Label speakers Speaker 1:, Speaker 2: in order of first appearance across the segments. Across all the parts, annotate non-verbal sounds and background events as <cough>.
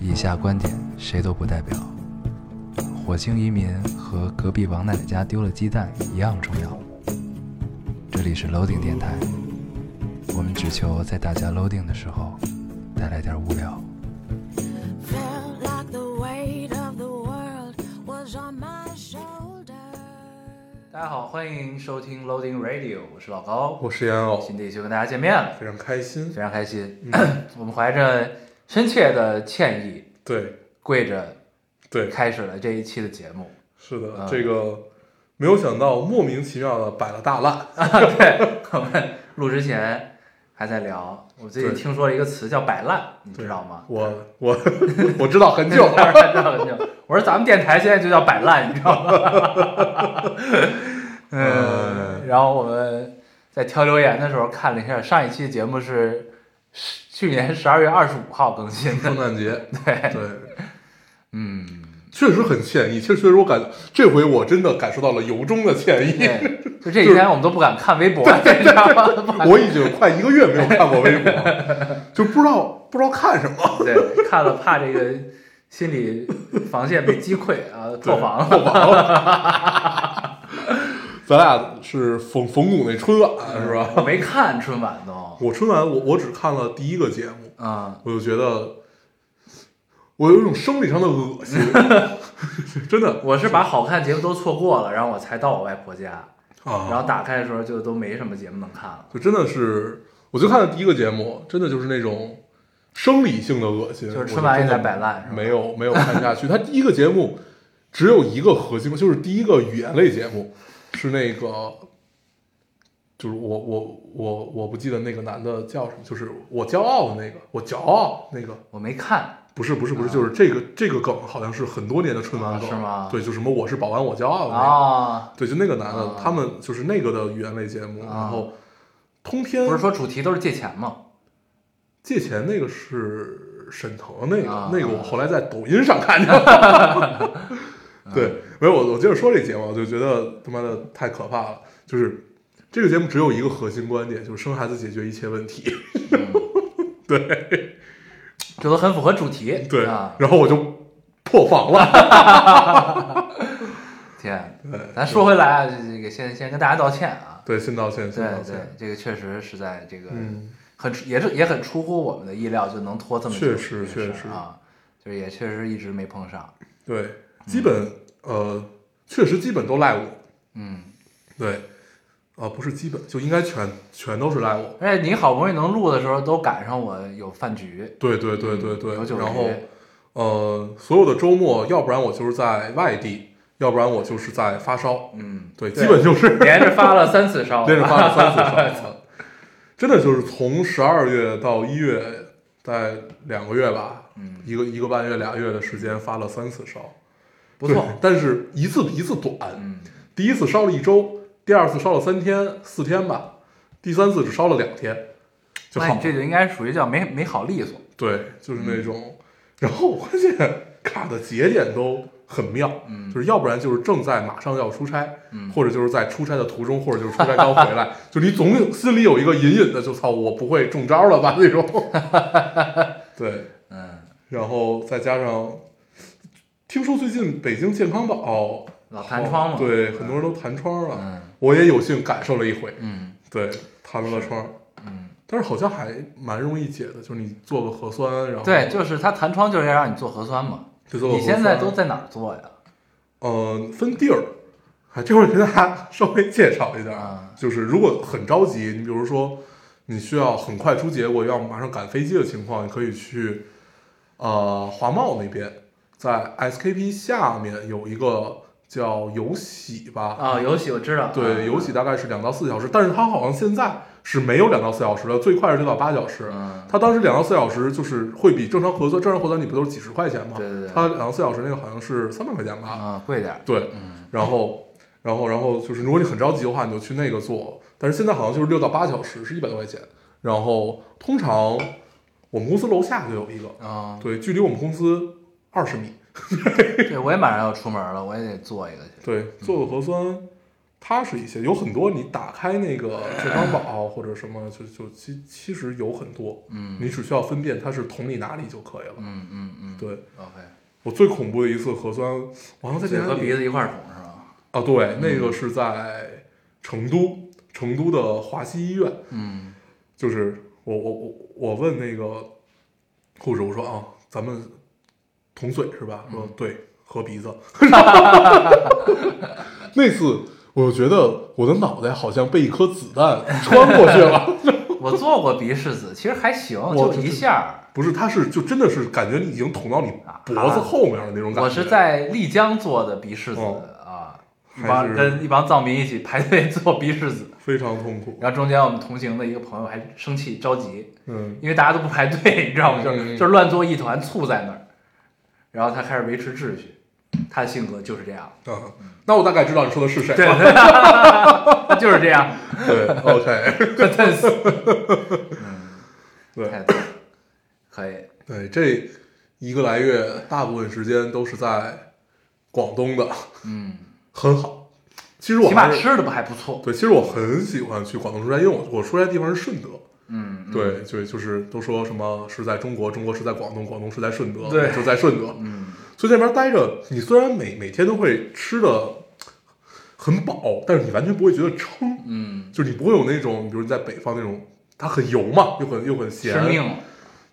Speaker 1: 以下观点谁都不代表。火星移民和隔壁王奶奶家丢了鸡蛋一样重要。这里是 Loading 电台，我们只求在大家 Loading 的时候带来点无聊。
Speaker 2: Felt like the weight of the world was on my shoulders.
Speaker 1: 大家好，欢迎收听 Loading Radio，我是老高，
Speaker 3: 我是烟偶，
Speaker 1: 新的一期跟大家见面了，
Speaker 3: 非常开心。
Speaker 1: 非常开心。
Speaker 3: 嗯
Speaker 1: <coughs> 我们怀着深切的歉意，
Speaker 3: 对
Speaker 1: 跪着
Speaker 3: 对，
Speaker 1: 开始了这一期的节目。
Speaker 3: 是的，
Speaker 1: 嗯
Speaker 3: 这个没有想到，莫名其妙的摆了大烂。
Speaker 1: 对，我们录之前还在聊，我最近
Speaker 3: 对
Speaker 1: 听说了一个词叫“摆烂”，你知道吗？
Speaker 3: 我我我知道很久
Speaker 1: <laughs> 当
Speaker 3: 了。
Speaker 1: 然知道很久。我说咱们电台现在就叫“摆烂”，你知道吗？ <laughs> 嗯，
Speaker 3: 嗯
Speaker 1: 然后我们在挑留言的时候看了一下，上一期节目是十去年十二月二十五号更新的
Speaker 3: 圣。诞节，
Speaker 1: 对，
Speaker 3: 对，
Speaker 1: 嗯，
Speaker 3: 确实很歉意。确实，我感这回我真的感受到了由衷的歉意。
Speaker 1: 对，就这几天我们都不敢看微博，你知道
Speaker 3: <laughs>
Speaker 1: 吗？不敢
Speaker 3: 我已经快一个月没有看过微博，
Speaker 1: <laughs>
Speaker 3: 就不知道不知道看什么。
Speaker 1: 对，看了怕这个心理防线被击溃啊，破防了。
Speaker 3: 破防了。咱俩是冯冯巩那春晚是吧？
Speaker 1: 我没看春晚都，
Speaker 3: 我春晚我我只看了第一个节目，
Speaker 1: 嗯，
Speaker 3: 我就觉得我有一种生理上的
Speaker 1: <laughs>
Speaker 3: 恶心，真的
Speaker 1: 我是把好看节目都错过了，然后我才到我外婆家，然
Speaker 3: 啊，
Speaker 1: 后打开的时候就都没什么节目能看了，
Speaker 3: 就真的是，我就看了第一个节目，真的就是那种生理性的恶心，
Speaker 1: 就是春晚也在摆
Speaker 3: 烂，
Speaker 1: 烂，是吧？
Speaker 3: 没有没有看下去。他第一个节目只有一个核心，就是第一个语言类节目是那个。就是我我我我不记得那个男的叫什么，就是我骄傲的那个，我骄傲那个，
Speaker 1: 我没看，
Speaker 3: 不是不是不是，
Speaker 1: 啊
Speaker 3: 就是这个这个梗好像是很多年的春晚
Speaker 1: 啊
Speaker 3: 梗，
Speaker 1: 是吗
Speaker 3: 对，就什么我是保安，我骄傲的那个，
Speaker 1: 啊，
Speaker 3: 对，就那个男的
Speaker 1: 啊，
Speaker 3: 他们就是那个的语言类节目，
Speaker 1: 啊
Speaker 3: 然后通天
Speaker 1: 不是说主题都是借钱吗？
Speaker 3: 借钱那个是沈腾那个，
Speaker 1: 啊
Speaker 3: 那个我后来在抖音上看见了。
Speaker 1: <laughs>
Speaker 3: 对，没有我我接着说这节目，我就觉得他妈的太可怕了，就是这个节目只有一个核心观点，就是生孩子解决一切问题。
Speaker 1: 这都很符合主题，
Speaker 3: 对，
Speaker 1: 啊，
Speaker 3: 然后我就破防了。
Speaker 1: 天，
Speaker 3: 对，
Speaker 1: 咱说回来啊，这个先先跟大家道歉啊，
Speaker 3: 对，先道歉，先道
Speaker 1: 对
Speaker 3: 歉。
Speaker 1: 对，这个确实是在这个。
Speaker 3: 嗯，
Speaker 1: 很出也是也很出乎我们的意料，就能拖这么久，
Speaker 3: 确实
Speaker 1: 这个
Speaker 3: 确
Speaker 1: 事
Speaker 3: 实
Speaker 1: 儿啊，就是也确实一直没碰上，
Speaker 3: 对，基本、呃，确实基本都赖我。
Speaker 1: 嗯，
Speaker 3: 对，啊、不是基本就应该全全都是赖我。
Speaker 1: 而哎且你好不容易能录的时候，都赶上我有饭局，
Speaker 3: 对对对对对，
Speaker 1: 有酒局，
Speaker 3: 然后呃，所有的周末，要不然我就是在外地，要不然我就是在发烧。
Speaker 1: 嗯，
Speaker 3: 对，基本就是
Speaker 1: <laughs> 连着发了三次烧，
Speaker 3: 连着发了三次烧，真的就是从十二月到一月，在两个月吧， <laughs>
Speaker 1: 嗯，
Speaker 3: 一个一个半月、俩月的时间发了三次烧，
Speaker 1: 不错
Speaker 3: 对，但是一次比一次短。
Speaker 1: 嗯，
Speaker 3: 第一次烧了一周，第二次烧了三天四天吧，第三次只烧了两天就
Speaker 1: 那
Speaker 3: 好
Speaker 1: 你。这就应嗯该属于叫没没好利索，
Speaker 3: 对，就是那种。然后关键卡的节点都很妙，
Speaker 1: 嗯
Speaker 3: 就是要不然就是正在马上要出差，
Speaker 1: 嗯
Speaker 3: 或者就是在出差的途中，或者就是出差刚回来， <laughs> 就你总有心里有一个隐隐的就操，我不会中招了吧那种。 <laughs> 对，
Speaker 1: 嗯，
Speaker 3: 然后再加上。听说最近北京健康宝
Speaker 1: 老哦弹窗嘛，
Speaker 3: 对，很多人都弹窗了。
Speaker 1: 嗯
Speaker 3: 我也有幸感受了一回，
Speaker 1: 嗯
Speaker 3: 对，弹了个窗，
Speaker 1: 嗯，
Speaker 3: 但是好像还蛮容易解的，就是你做个核酸，然后
Speaker 1: 对，就是他弹窗就是要让你做核酸嘛，
Speaker 3: 就做个核
Speaker 1: 你
Speaker 3: 酸。
Speaker 1: 现在都在哪儿做呀？
Speaker 3: 呃分地儿，还这会儿给大家稍微介绍一下
Speaker 1: 啊，
Speaker 3: 就是如果很着急，你比如说你需要很快出结果，要马上赶飞机的情况，你可以去呃华贸那边，在 SKP 下面有一个叫有喜吧，
Speaker 1: 啊，游戏我知道，
Speaker 3: 对，
Speaker 1: 游
Speaker 3: 有喜大概是两到四小时，但是它好像现在是没有两到四小时的，最快是六到八小时。
Speaker 1: 嗯，
Speaker 3: 它当时两到四小时就是会比正常核酸，正常核酸你不都是几十块钱吗？
Speaker 1: 对对对
Speaker 3: 它两到四小时那个好像是三百块钱吧？
Speaker 1: 啊，贵点儿，
Speaker 3: 对，
Speaker 1: 嗯
Speaker 3: 然后，然后，然后就是如果你很着急的话，你就去那个做。但是现在好像就是六到八小时是一百多块钱。然后通常我们公司楼下就有一个，
Speaker 1: 啊，
Speaker 3: 对，距离我们公司二十米。
Speaker 1: 对，我也马上要出门了，我也得做一个去。
Speaker 3: 对，做个核酸，踏实一些。有很多你打开那个健康宝啊或者什么，就就其其实有很多，
Speaker 1: 嗯
Speaker 3: 你只需要分辨它是捅你哪里就可以了。
Speaker 1: 嗯嗯嗯，
Speaker 3: 对
Speaker 1: ，OK，
Speaker 3: 我最恐怖的一次核酸，我好像在
Speaker 1: 嘴
Speaker 3: 电
Speaker 1: 和
Speaker 3: 台里
Speaker 1: 鼻子一嗯块儿捅是吧？
Speaker 3: 啊，对，那个是在成都，成都的华西医院，
Speaker 1: 嗯
Speaker 3: 就是我我我我问那个护士，我说啊，咱们捅嘴是吧？
Speaker 1: 嗯
Speaker 3: 说对，和鼻子。 <laughs> 那次我觉得我的脑袋好像被一颗子
Speaker 1: <laughs>
Speaker 3: 弹穿过去了，
Speaker 1: 我做过鼻拭子，其实还行，
Speaker 3: 我
Speaker 1: 就
Speaker 3: 这
Speaker 1: 一下儿。
Speaker 3: 不是，它是就真的是感觉你已经捅到你脖子后面的那种感觉。
Speaker 1: 我是在丽江做的鼻拭子、
Speaker 3: 哦
Speaker 1: 啊，一
Speaker 3: 还
Speaker 1: 帮
Speaker 3: 是
Speaker 1: 跟一帮藏民一起排队 <laughs> 做鼻拭子，
Speaker 3: 非常痛苦，
Speaker 1: 然后中间我们同行的一个朋友还生气着急，
Speaker 3: 嗯，
Speaker 1: 因为大家都不排队，你知道吗？就是
Speaker 3: 嗯嗯
Speaker 1: 就是乱作一团，猝在那儿，然后他开始维持秩序，他的性格就是这样，
Speaker 3: 啊，那我大概知道你说的是谁
Speaker 1: 对，
Speaker 3: 了。
Speaker 1: 他就是这样，
Speaker 3: 对，OK，
Speaker 1: 他真是，嗯
Speaker 3: 对，
Speaker 1: 太逗了，可以，
Speaker 3: <laughs> 对，这一个来月大部分时间都是在广东的，
Speaker 1: 嗯，
Speaker 3: 很好。其实我
Speaker 1: 起码
Speaker 3: 还是
Speaker 1: 吃的吧还不错，
Speaker 3: 对，其实我很喜欢去广东出差，因为我我出差的地方是顺德。
Speaker 1: 嗯，嗯，
Speaker 3: 对，对，就是都说什么是在中国，中国是在广东，广东是在顺德，
Speaker 1: 对
Speaker 3: 我是在顺德。
Speaker 1: 嗯，
Speaker 3: 所以在那边待着，你虽然每每天都会吃的很饱，但是你完全不会觉得撑，
Speaker 1: 嗯，
Speaker 3: 就是你不会有那种，比如你在北方那种，它很油嘛，又很又很咸
Speaker 1: 吃，宁了，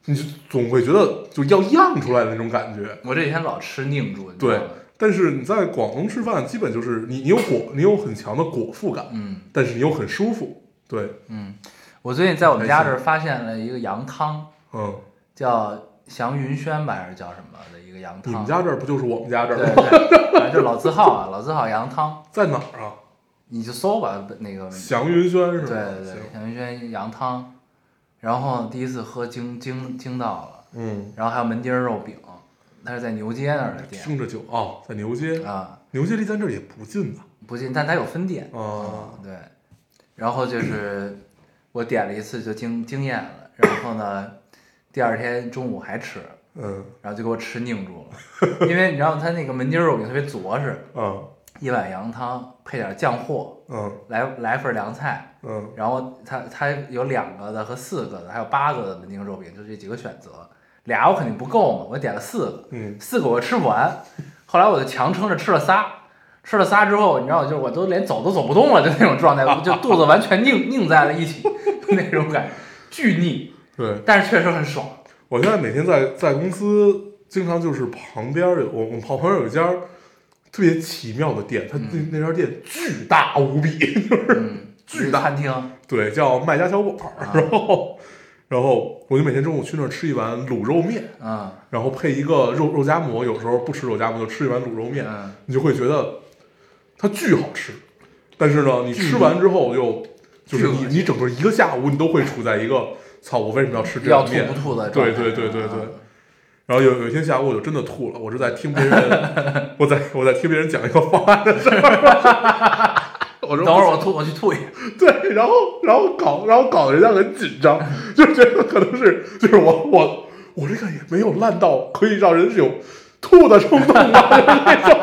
Speaker 3: 你就总会觉得就要漾出来的那种感觉。
Speaker 1: 我这几天老吃宁住，你知道
Speaker 3: 对
Speaker 1: 吗，
Speaker 3: 但是你在广东吃饭，基本就是你你有果，你有很强的果腹感，
Speaker 1: 嗯。
Speaker 3: 但是你又很舒服。对，
Speaker 1: 嗯，我最近在我们家这儿发现了一个羊汤，
Speaker 3: 嗯，
Speaker 1: 叫祥云轩吧，还是叫什么的一个羊汤。
Speaker 3: 你们家这儿不就是我们家这
Speaker 1: 对
Speaker 3: 儿吗？
Speaker 1: 对，反正就是老字号啊，老字号羊汤，
Speaker 3: 在哪儿啊？
Speaker 1: 你就搜吧，那个
Speaker 3: 祥云轩是
Speaker 1: 对
Speaker 3: 吧？
Speaker 1: 对
Speaker 3: 行
Speaker 1: 对，祥云轩羊汤。然后第一次喝惊惊惊到了，
Speaker 3: 嗯，
Speaker 1: 然后还有门钉儿肉饼，它是在牛街那儿的店
Speaker 3: 听着就哦，在牛街，
Speaker 1: 啊，
Speaker 3: 牛街离咱这儿也不近吧？
Speaker 1: 不近，但它有分店。
Speaker 3: 啊，
Speaker 1: 对，然后就是我点了一次就惊惊艳了，然后呢，第二天中午还吃，
Speaker 3: 嗯
Speaker 1: 然后就给我吃拧住了，因为你知道它那个门钉肉饼特别着实，
Speaker 3: 啊
Speaker 1: 一碗羊汤配点酱货，
Speaker 3: 嗯
Speaker 1: 来来份凉菜，
Speaker 3: 嗯
Speaker 1: 然后它它有两个的和四个的，还有八个的门钉肉饼，就这几个选择，俩我肯定不够嘛，我点了四个，
Speaker 3: 嗯
Speaker 1: 四个我吃不完，后来我就强撑着吃了仨。吃了仨之后，你知道，就是我都连走都走不动了，就那种状态，我就肚子完全拧拧在了一起，就那种感觉，巨腻，
Speaker 3: 对
Speaker 1: 但是确实很爽。
Speaker 3: 我现在每天在在公司，经常就是旁边儿有我我们旁边儿有一家儿特别奇妙的店，它那那家店巨大无比， <laughs>
Speaker 1: 嗯，
Speaker 3: 巨
Speaker 1: 一个
Speaker 3: 大
Speaker 1: 餐厅，
Speaker 3: 对，叫麦家小馆儿，
Speaker 1: 啊
Speaker 3: <laughs> 然后，然后我就每天中午去那儿吃一碗卤肉面，
Speaker 1: 嗯
Speaker 3: 然后配一个肉肉夹馍，有时候不吃肉夹馍就吃一碗卤肉面，
Speaker 1: 嗯，
Speaker 3: 你就会觉得它巨好吃，但是呢，你吃完之后又就是
Speaker 1: 巨
Speaker 3: 你
Speaker 1: 恶
Speaker 3: 你整个一个下午你都会处在一个操我为什么要吃这
Speaker 1: 要
Speaker 3: 碗
Speaker 1: 吐
Speaker 3: 面
Speaker 1: 不？吐的状态
Speaker 3: 对对对对对
Speaker 1: 啊。
Speaker 3: 然后有有一天下午我就真的吐了，我是在听别人，我在我在听别人讲一个方案的事儿，我说
Speaker 1: 等会儿我吐，我去吐一下。
Speaker 3: <laughs> 对，然后然后搞然后搞得人家很紧张，就觉得可能是就是我我我这个也没有烂到可以让人有吐的冲动吧，就是那种。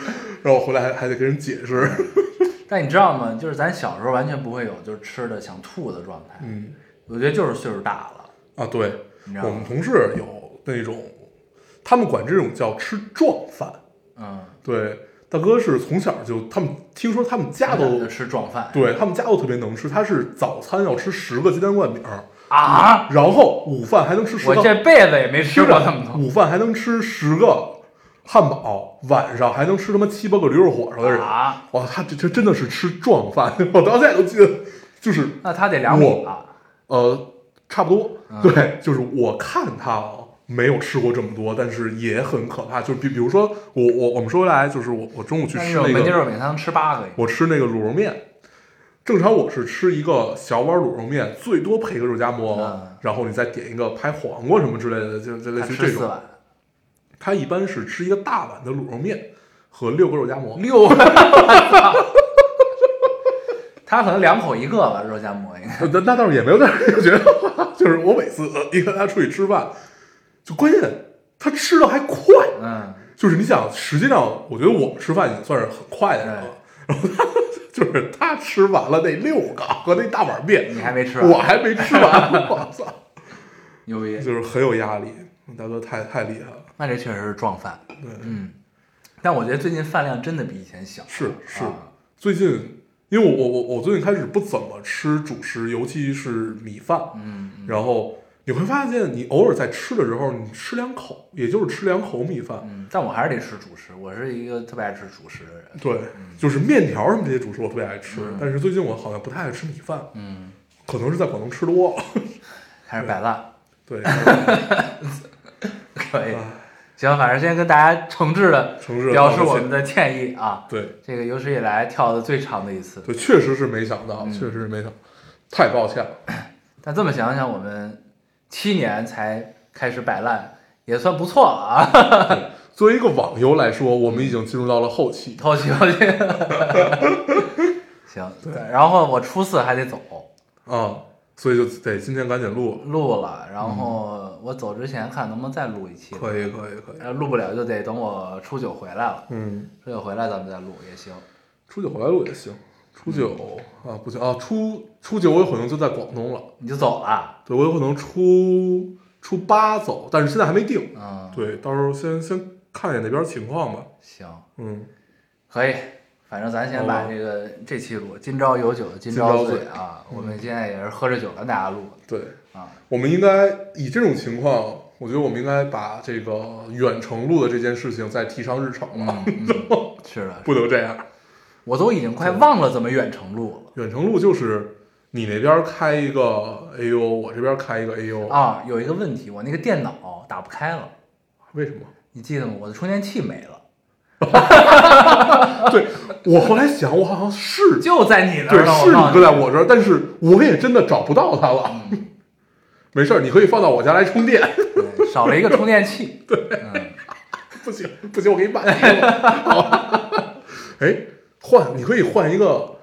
Speaker 3: <laughs> 然后我回来还还得跟人解释，
Speaker 1: 但你知道吗？就是咱小时候完全不会有就是吃的想吐的状态。
Speaker 3: 嗯
Speaker 1: 我觉得就是岁数大了，
Speaker 3: 啊，对
Speaker 1: 你知道
Speaker 3: 我们
Speaker 1: 吗？
Speaker 3: 同事有那种，他们管这种叫吃壮饭，
Speaker 1: 嗯，
Speaker 3: 对。大哥是从小就，他们听说他们家
Speaker 1: 咱俩
Speaker 3: 都
Speaker 1: 就吃壮饭。
Speaker 3: 对他们家都特别能吃，他是早餐要吃十个鸡蛋灌饼儿，
Speaker 1: 啊，
Speaker 3: 然后午饭还能吃十
Speaker 1: 我
Speaker 3: 个
Speaker 1: 这辈子也没吃
Speaker 3: 听
Speaker 1: 过
Speaker 3: 着，
Speaker 1: 那么多。
Speaker 3: 午饭还能吃十个汉堡，晚上还能吃他妈七八个驴肉火烧的人，
Speaker 1: 啊，
Speaker 3: 哇，他这这真的是吃壮饭， <laughs> 我到现在都记得，就是
Speaker 1: 那他得两米吧？
Speaker 3: 呃，差不多，
Speaker 1: 嗯
Speaker 3: 对，就是我看他啊。没有吃过这么多，但是也很可怕。就比比如说，我我我们说回来，就是我我中午去
Speaker 1: 但
Speaker 3: 吃
Speaker 1: 是我
Speaker 3: 那
Speaker 1: 门钉
Speaker 3: 个，
Speaker 1: 肉饼，他能吃八个。
Speaker 3: 我吃那个卤肉面。正常我是吃一个小碗卤肉面，最多配个肉夹馍，
Speaker 1: 嗯
Speaker 3: 然后你再点一个拍黄瓜什么之类的，就就类
Speaker 1: 他
Speaker 3: 似于
Speaker 1: 吃
Speaker 3: 这
Speaker 1: 四
Speaker 3: 种。
Speaker 1: 碗， <laughs>
Speaker 3: 他一般是吃一个大碗的卤肉面和六个肉夹馍，
Speaker 1: 六碗。他可能两口一个吧，肉夹馍应该。
Speaker 3: 那那倒是也没有，但是就觉得 <laughs> 就是我每次一跟他出去吃饭，就关键他吃的还快，
Speaker 1: 嗯，
Speaker 3: <laughs> 就是你想，实际上我觉得我们吃饭已经算是很快的人了，然后就是他吃完了那六个和那大碗面，
Speaker 1: 你还没吃完
Speaker 3: 我还没吃完， <laughs> 我操，
Speaker 1: 牛逼，
Speaker 3: 就是很有压力。大哥太太厉害了，
Speaker 1: 那这确实是壮饭。
Speaker 3: 对，
Speaker 1: 嗯，但我觉得最近饭量真的比以前小了。
Speaker 3: 是是
Speaker 1: 啊
Speaker 3: 最近因为我我我我最近开始不怎么吃主食，尤其是米饭，
Speaker 1: 嗯，嗯
Speaker 3: 然后你会发现，你偶尔在吃的时候，你吃两口，也就是吃两口米饭，
Speaker 1: 嗯，但我还是得吃主食，我是一个特别爱吃主食的人。
Speaker 3: 对，就是面条什么这些主食我特别爱吃，但是最近我好像不太爱吃米饭，
Speaker 1: 嗯，
Speaker 3: 可能是在广东吃多了，
Speaker 1: 开始摆烂，
Speaker 3: <laughs> 对，
Speaker 1: 可以。
Speaker 3: 哎
Speaker 1: 行，反正先跟大家诚挚的
Speaker 3: 诚挚地
Speaker 1: 表示
Speaker 3: 道个
Speaker 1: 我
Speaker 3: 歉
Speaker 1: 们的歉意啊。
Speaker 3: 对
Speaker 1: 这个有史以来跳的最长的一次。
Speaker 3: 对，确实是没想到，确实是没想，太抱歉了，
Speaker 1: 但这么想想，我们七年才开始摆烂，也算不错了啊。
Speaker 3: 作为一个网游来说，我们已经进入到了后期，
Speaker 1: 偷袭偷袭。 <laughs> 行，然后我初四还得走
Speaker 3: 啊，所以就得今天赶紧录了，
Speaker 1: 录了，然后我走之前看能不能再录一期。
Speaker 3: 嗯可以可以可以，
Speaker 1: 呃，录不了就得等我初九回来了，
Speaker 3: 嗯，
Speaker 1: 初九回来咱们再录也行。
Speaker 3: 初九回来录也行，初九啊不行啊，初初九我有可能就在广东了，
Speaker 1: 你就走了，
Speaker 3: 对我有可能初初八走，但是现在还没定，
Speaker 1: 嗯，
Speaker 3: 对，到时候先先看一眼那边情况吧。
Speaker 1: 行，
Speaker 3: 嗯，
Speaker 1: 可以，反正咱先
Speaker 3: 好
Speaker 1: 把
Speaker 3: 吧
Speaker 1: 这个这期录，今朝有酒今朝醉啊，我们现在也是喝着酒跟大家录
Speaker 3: 对，
Speaker 1: 啊，
Speaker 3: 我们应该以这种情况，我觉得我们应该把这个远程录的这件事情再提上日程了，
Speaker 1: 嗯，嗯是的，
Speaker 3: 不能这样。
Speaker 1: 我都已经快忘了怎么远程录了。
Speaker 3: 远程录就是你那边开一个 AU，我这边开一个 AU，、
Speaker 1: 啊，有一个问题，我那个电脑打不开了，
Speaker 3: 为什么？
Speaker 1: 你记得吗？我的充电器没了，
Speaker 3: 对我后来想，我好像 <laughs> 是
Speaker 1: 就在你那
Speaker 3: 对
Speaker 1: 儿呢。
Speaker 3: 是
Speaker 1: 告
Speaker 3: 你
Speaker 1: 诉
Speaker 3: 搁在我这儿，但是我也真的找不到它了。没事儿，你可以放到我家来充电。 <laughs>
Speaker 1: 对少了一个充电器。嗯，
Speaker 3: 不行不行，我给你买一 <laughs> 个吧。哎，换你可以换一个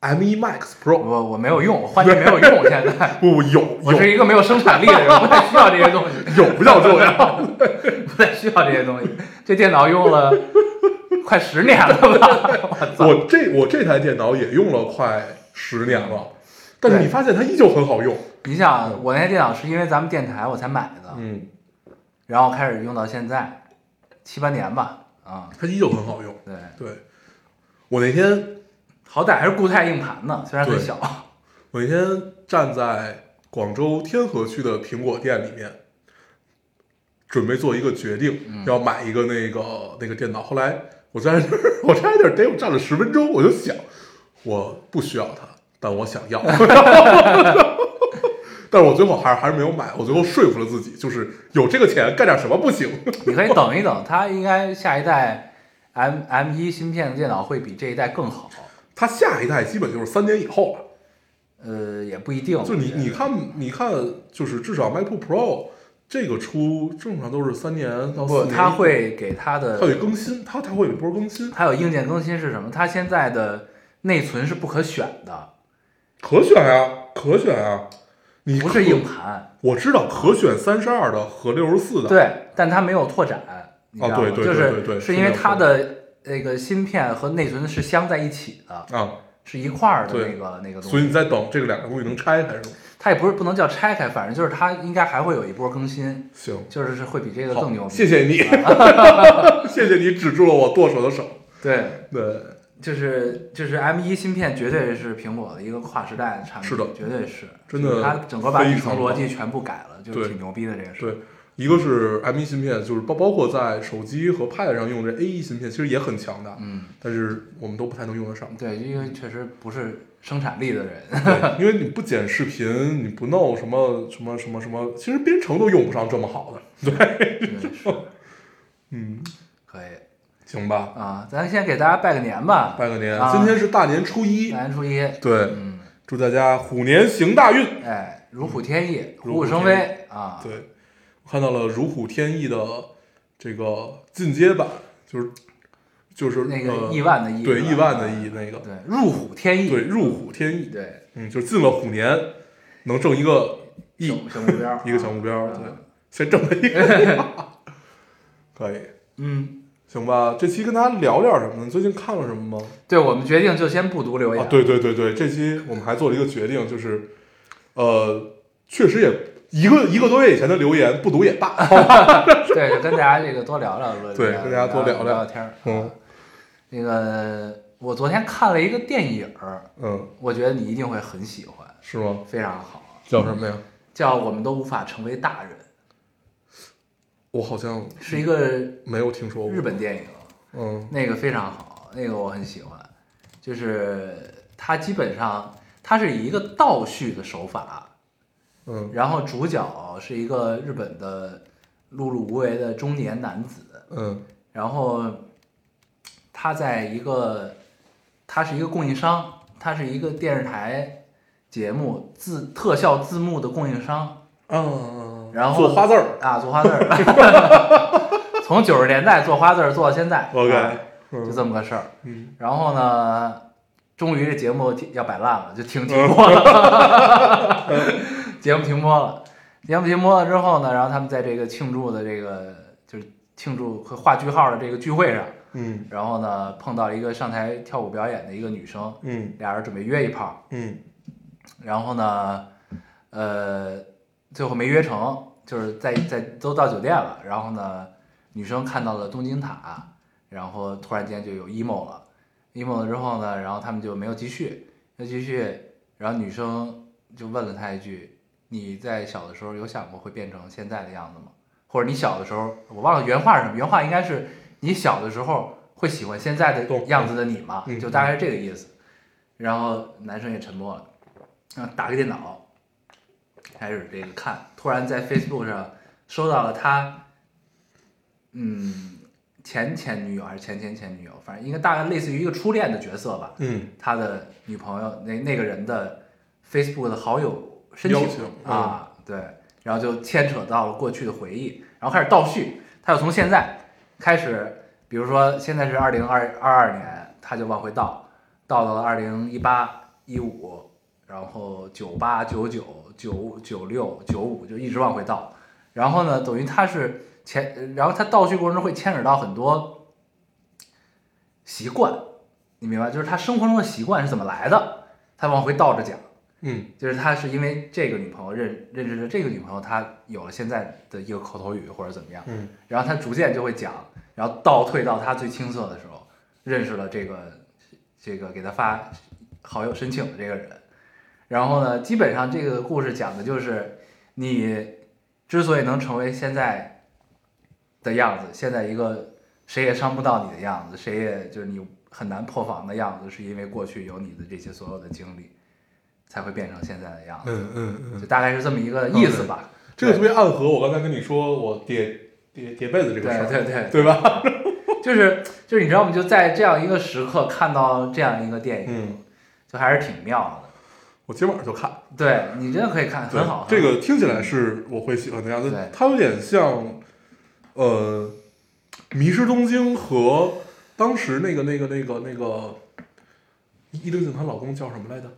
Speaker 3: M 1 Max Pro。
Speaker 1: 我我没有用，我换机没有用，现在。
Speaker 3: 不不有
Speaker 1: 我是
Speaker 3: 有
Speaker 1: 一个没有生产力的人，我不太需要这些东西，
Speaker 3: <laughs> 有不叫重要。
Speaker 1: <laughs> 不太需要这些东西。这电脑用了快十年了吧？ <laughs> 我操！
Speaker 3: 我这我这台电脑也用了快十年了，但是
Speaker 1: 嗯对
Speaker 3: 你发现它依旧很好用。
Speaker 1: 你想，我那台电脑是因为咱们电台我才买的，
Speaker 3: 嗯，
Speaker 1: 然后开始用到现在，七八年吧。啊、
Speaker 3: 它依旧很好用。
Speaker 1: 对，
Speaker 3: 对，我那天
Speaker 1: 好歹还是固态硬盘呢，虽然很
Speaker 3: 对
Speaker 1: 小。 <laughs>
Speaker 3: 我那天站在广州天河区的苹果店里面，准备做一个决定，要买一个那个那个电脑。后来我站在这儿， <laughs> 我站在这儿得有站了十分钟，我就想，我不需要它，但我想要。 <laughs> 但是我最后还是还是没有买，我最后说服了自己，就是有这个钱干点什么不行？
Speaker 1: 你可以等一等，它应该下一代 M M 一芯片的电脑会比这一代更好。
Speaker 3: 它下一代基本就是三年以后了。
Speaker 1: 呃，也不一定。我
Speaker 3: 就你
Speaker 1: 觉得
Speaker 3: 你看你看，就是至少 MacBook Pro 这个出正常都是三年到四
Speaker 1: 不，
Speaker 3: 年，
Speaker 1: 它会给它的
Speaker 3: 它得更新，它它会有一波更新，
Speaker 1: 还有硬件更新是什么？它现在的内存是不可选的，
Speaker 3: 可选啊，可选啊，你
Speaker 1: 不
Speaker 3: 可
Speaker 1: 是硬，盘，
Speaker 3: 我知道可选三十二的和六十四的，，哦
Speaker 1: 对，但它没有拓展，你知道吗？
Speaker 3: 对对
Speaker 1: 就
Speaker 3: 对
Speaker 1: 是
Speaker 3: 对对
Speaker 1: 是因为它的那个芯片和内存是镶在一起的，
Speaker 3: 啊，
Speaker 1: 是一块儿的
Speaker 3: 对
Speaker 1: 那个那个
Speaker 3: 所
Speaker 1: 东
Speaker 3: 以
Speaker 1: 西。
Speaker 3: 你在等这个两个东西能拆开是吗？
Speaker 1: 它也不是不能叫拆开，反正就是它应该还会有一波更新，
Speaker 3: 行，
Speaker 1: 就是是会比这个
Speaker 3: 好
Speaker 1: 更牛，逼。
Speaker 3: 谢谢你， <laughs> 谢谢你指住了我剁手的手，
Speaker 1: 对，
Speaker 3: 对，
Speaker 1: 就是就是 M 1芯片绝对是苹果的一个跨时代的产品，
Speaker 3: 是的
Speaker 1: 绝对是，
Speaker 3: 真的
Speaker 1: 就是它整个把底
Speaker 3: 非
Speaker 1: 层
Speaker 3: 常
Speaker 1: 逻
Speaker 3: 棒
Speaker 1: 辑全部改了，就是
Speaker 3: 对
Speaker 1: 挺牛逼的这个事。
Speaker 3: 对，一个是 M1 芯片，就是包包括在手机和 Pad 上用这 A1 芯片，其实也很强大，
Speaker 1: 嗯，
Speaker 3: 但是我们都不太能用得上。
Speaker 1: 对，因
Speaker 3: 嗯
Speaker 1: 为确实不是生产力的人，
Speaker 3: <laughs> 对，因为你不剪视频，你不弄什么什么什么什么，其实编程都用不上这么好的。
Speaker 1: 真的是
Speaker 3: 嗯，
Speaker 1: 可以
Speaker 3: 行吧，
Speaker 1: 啊，咱先给大家拜个年吧，
Speaker 3: 拜个年，
Speaker 1: 啊
Speaker 3: 今天是大年初一，
Speaker 1: 大年初一，
Speaker 3: 对，
Speaker 1: 嗯，
Speaker 3: 祝大家虎年行大运。
Speaker 1: 哎，如虎添翼，虎
Speaker 3: 嗯如
Speaker 1: 虎
Speaker 3: 虎
Speaker 1: 生
Speaker 3: 添
Speaker 1: 威啊，
Speaker 3: 对，我看到了如虎添翼的这个进阶版，就是就是
Speaker 1: 那个
Speaker 3: 呃
Speaker 1: 亿万的亿，
Speaker 3: 对
Speaker 1: 是吧
Speaker 3: 亿万的，亿那个，
Speaker 1: 对，入虎添翼，
Speaker 3: 对入虎添翼，
Speaker 1: 对，
Speaker 3: 嗯，就是进了虎年能挣一个亿，
Speaker 1: 小小目标 <laughs> 儿，
Speaker 3: 一个小目标， <laughs>
Speaker 1: 啊
Speaker 3: 对，先挣了一个亿，可以。
Speaker 1: <laughs> 嗯，
Speaker 3: 行吧，这期跟大家聊点什么呢？你最近看了什么吗？
Speaker 1: 对，我们决定就先不读留言。
Speaker 3: 啊，对对对对，这期我们还做了一个决定，就是，呃，确实也一个一个多月以前的留言不读也罢。 <laughs>
Speaker 1: 对，就跟大家这个多聊聊，论
Speaker 3: 对
Speaker 1: 聊
Speaker 3: 跟大家多
Speaker 1: 聊
Speaker 3: 聊聊
Speaker 1: 聊天儿。啊
Speaker 3: 嗯
Speaker 1: 那个，我昨天看了一个电影儿，
Speaker 3: 嗯，
Speaker 1: 我觉得你一定会很喜欢，
Speaker 3: 是吗？
Speaker 1: 非常好，
Speaker 3: 叫什么呀？
Speaker 1: 叫《我们都无法成为大人
Speaker 3: 我好像》，
Speaker 1: 是一个
Speaker 3: 没有听说过。
Speaker 1: 日本电影，
Speaker 3: 嗯
Speaker 1: 那个非常好，那个我很喜欢。就是它基本上它是以一个倒叙的手法，
Speaker 3: 嗯
Speaker 1: 然后主角是一个日本的碌碌无为的中年男子，
Speaker 3: 嗯
Speaker 1: 然后他在一个，他是一个供应商，他是一个电视台节目字特效字幕的供应商
Speaker 3: 嗯，
Speaker 1: 然后
Speaker 3: 做花字儿
Speaker 1: 啊，做花字儿，
Speaker 3: <laughs>
Speaker 1: 从九十年代做花字儿做到现在
Speaker 3: ，OK，
Speaker 1: 啊就
Speaker 3: 嗯
Speaker 1: 这么个事儿。
Speaker 3: 嗯
Speaker 1: 然后呢，终于这节目停要摆烂了，就
Speaker 3: <laughs>
Speaker 1: 停停播了，节目停播了。节目停播了之后呢，然后他们在这个庆祝的这个就是庆祝和画句号的这个聚会上，
Speaker 3: 嗯
Speaker 1: 然后呢碰到了一个上台跳舞表演的一个女生，
Speaker 3: 嗯
Speaker 1: 俩人准备约一炮，
Speaker 3: 嗯
Speaker 1: 然后呢，呃，最后没约成，就是在在都到酒店了，然后呢，女生看到了东京塔，然后突然间就有 emo 了，emo 了之后呢，然后他们就没有继续，没有继续，然后女生就问了他一句：“你在小的时候有想过会变成现在的样子吗？或者你小的时候，我忘了原话是什么，原话应该是你小的时候会喜欢现在的
Speaker 3: 懂
Speaker 1: 样子的你吗？
Speaker 3: 嗯
Speaker 1: 就大概是这个意思。”然后男生也沉默了，然后打开电脑，开始这个看，突然在 Facebook 上收到了他，嗯，前前女友还是前前前女友，反正应该大概类似于一个初恋的角色吧，
Speaker 3: 嗯
Speaker 1: 他的女朋友那那个人的 Facebook 的好友申
Speaker 3: 邀
Speaker 1: 请
Speaker 3: 请
Speaker 1: 啊，对，然后就牵扯到了过去的回忆，然后开始倒叙，他又从现在开始，比如说现在是二零二二二年，他就往回倒，倒到了二零一八一五，然后九八九九九九六九五就一直往回倒，然后呢，等于他是前，然后他倒叙过程中会牵扯到很多习惯，你明白？就是他生活中的习惯是怎么来的，他往回倒着讲。
Speaker 3: 嗯
Speaker 1: 就是他是因为这个女朋友认认识了这个女朋友，他有了现在的一个口头语或者怎么样，
Speaker 3: 嗯，
Speaker 1: 然后他逐渐就会讲，然后倒退到他最青涩的时候，认识了这个这个给他发好友申请的这个人，然后呢，基本上这个故事讲的就是你之所以能成为现在的样子，现在一个谁也伤不到你的样子，谁也就是你很难破防的样子，是因为过去有你的这些所有的经历，才会变成现在的样子，
Speaker 3: 嗯嗯嗯，
Speaker 1: 就大概是这么一个意思吧。
Speaker 3: 这个特别暗合我刚才跟你说我叠叠叠被子这
Speaker 1: 对
Speaker 3: 个事儿，
Speaker 1: 对对，
Speaker 3: 对吧？
Speaker 1: 就是就是你知道吗？就在这样一个时刻看到这样一个电影，
Speaker 3: 嗯，
Speaker 1: 就还是挺妙的。
Speaker 3: 我今晚上就看。
Speaker 1: 对你真的可以看，
Speaker 3: 对
Speaker 1: 很好。
Speaker 3: 这
Speaker 1: 很好
Speaker 3: 个听起来是我会喜欢的样子
Speaker 1: 对，
Speaker 3: 它有点像，呃，《迷失东京》和当时那个那个那个那个伊藤静她老公叫什么来着？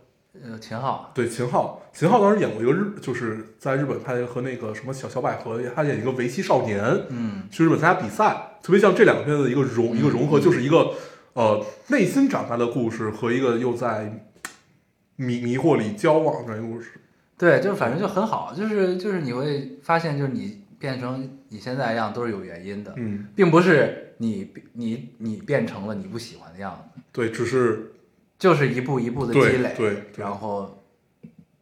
Speaker 1: 呃秦昊，
Speaker 3: 对，秦昊，秦昊当时演过一个日，就是在日本拍和那个什么小小百合，他演一个围棋少年，
Speaker 1: 嗯，
Speaker 3: 去日本参加比赛，特别像这两个片子的一个融一个融合，就是一个呃内心长大的故事和一个又在迷迷惑里交往的一个故事。
Speaker 1: 对，就是反正就很好，就是就是你会发现，就是你变成你现在的样都是有原因的，
Speaker 3: 嗯，
Speaker 1: 并不是你你你变成了你不喜欢的样子，
Speaker 3: 对，只是
Speaker 1: 就是一步一步的积
Speaker 3: 对
Speaker 1: 累，
Speaker 3: 对对
Speaker 1: 然后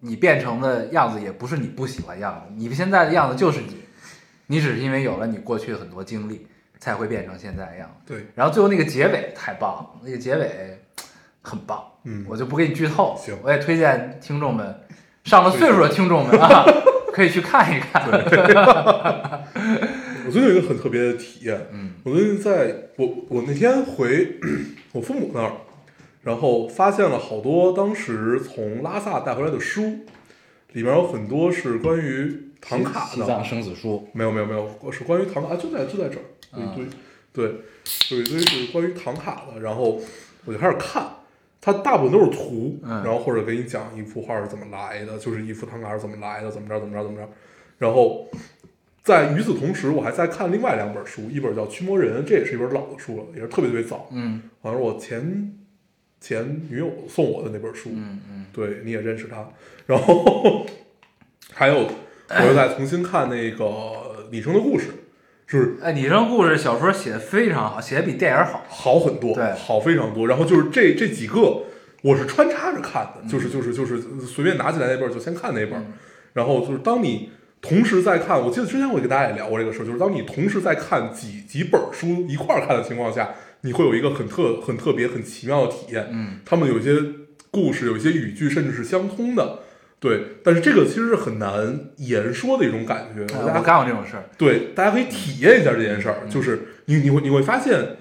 Speaker 1: 你变成的样子也不是你不喜欢的样子，你现在的样子就是你，你只是因为有了你过去很多经历，才会变成现在的样子。
Speaker 3: 对，
Speaker 1: 然后最后那个结尾太棒了，那个结尾很棒，
Speaker 3: 嗯
Speaker 1: 我就不给你剧透。
Speaker 3: 行
Speaker 1: 我也推荐听众们，上了岁数的听众们
Speaker 3: <laughs>
Speaker 1: 啊，可以去看一看。
Speaker 3: 我最近有一个很特别的体验，
Speaker 1: 嗯，
Speaker 3: 我最近在我我那天回 <clears throat> 我父母那儿，然后发现了好多当时从拉萨带回来的书，里面有很多是关于唐卡的，
Speaker 1: 生死书，
Speaker 3: 没有没有没有，是关于唐卡，啊就在就在这儿，有一堆，对，有一堆是关于唐卡的，然后我就开始看，它大部分都是图，
Speaker 1: 嗯
Speaker 3: 然后或者给你讲一幅画是怎么来的，就是一幅唐卡是怎么来的，怎么着怎么着怎么着，然后在与此同时，我还在看另外两本书，一本叫《驱魔人》，这也是一本老的书了，也是特别特别早，
Speaker 1: 嗯
Speaker 3: 好像是我前前女友送我的那本书。
Speaker 1: 嗯嗯，
Speaker 3: 对，你也认识他。然后还有，我又在重新看那个《李生的故事》，就是
Speaker 1: 哎，你这故事小说写的非常好，写的比电影好。
Speaker 3: 好很多，
Speaker 1: 对
Speaker 3: 好非常多。然后就是这这几个，我是穿插着看的，就是就是就是随便拿起来那本儿就先看那本儿，
Speaker 1: 嗯
Speaker 3: 然后就是当你同时在看，我记得之前我也跟大家也聊过这个事儿，就是当你同时在看几几本儿书一块儿看的情况下，你会有一个很特很特别很奇妙的体验。
Speaker 1: 嗯，
Speaker 3: 他们有一些故事，有一些语句甚至是相通的。对，但是这个其实是很难言说的一种感觉。大家
Speaker 1: 哎我干过这种事儿。
Speaker 3: 对，大家可以体验一下这件事儿，
Speaker 1: 嗯
Speaker 3: 就是你你会你会发现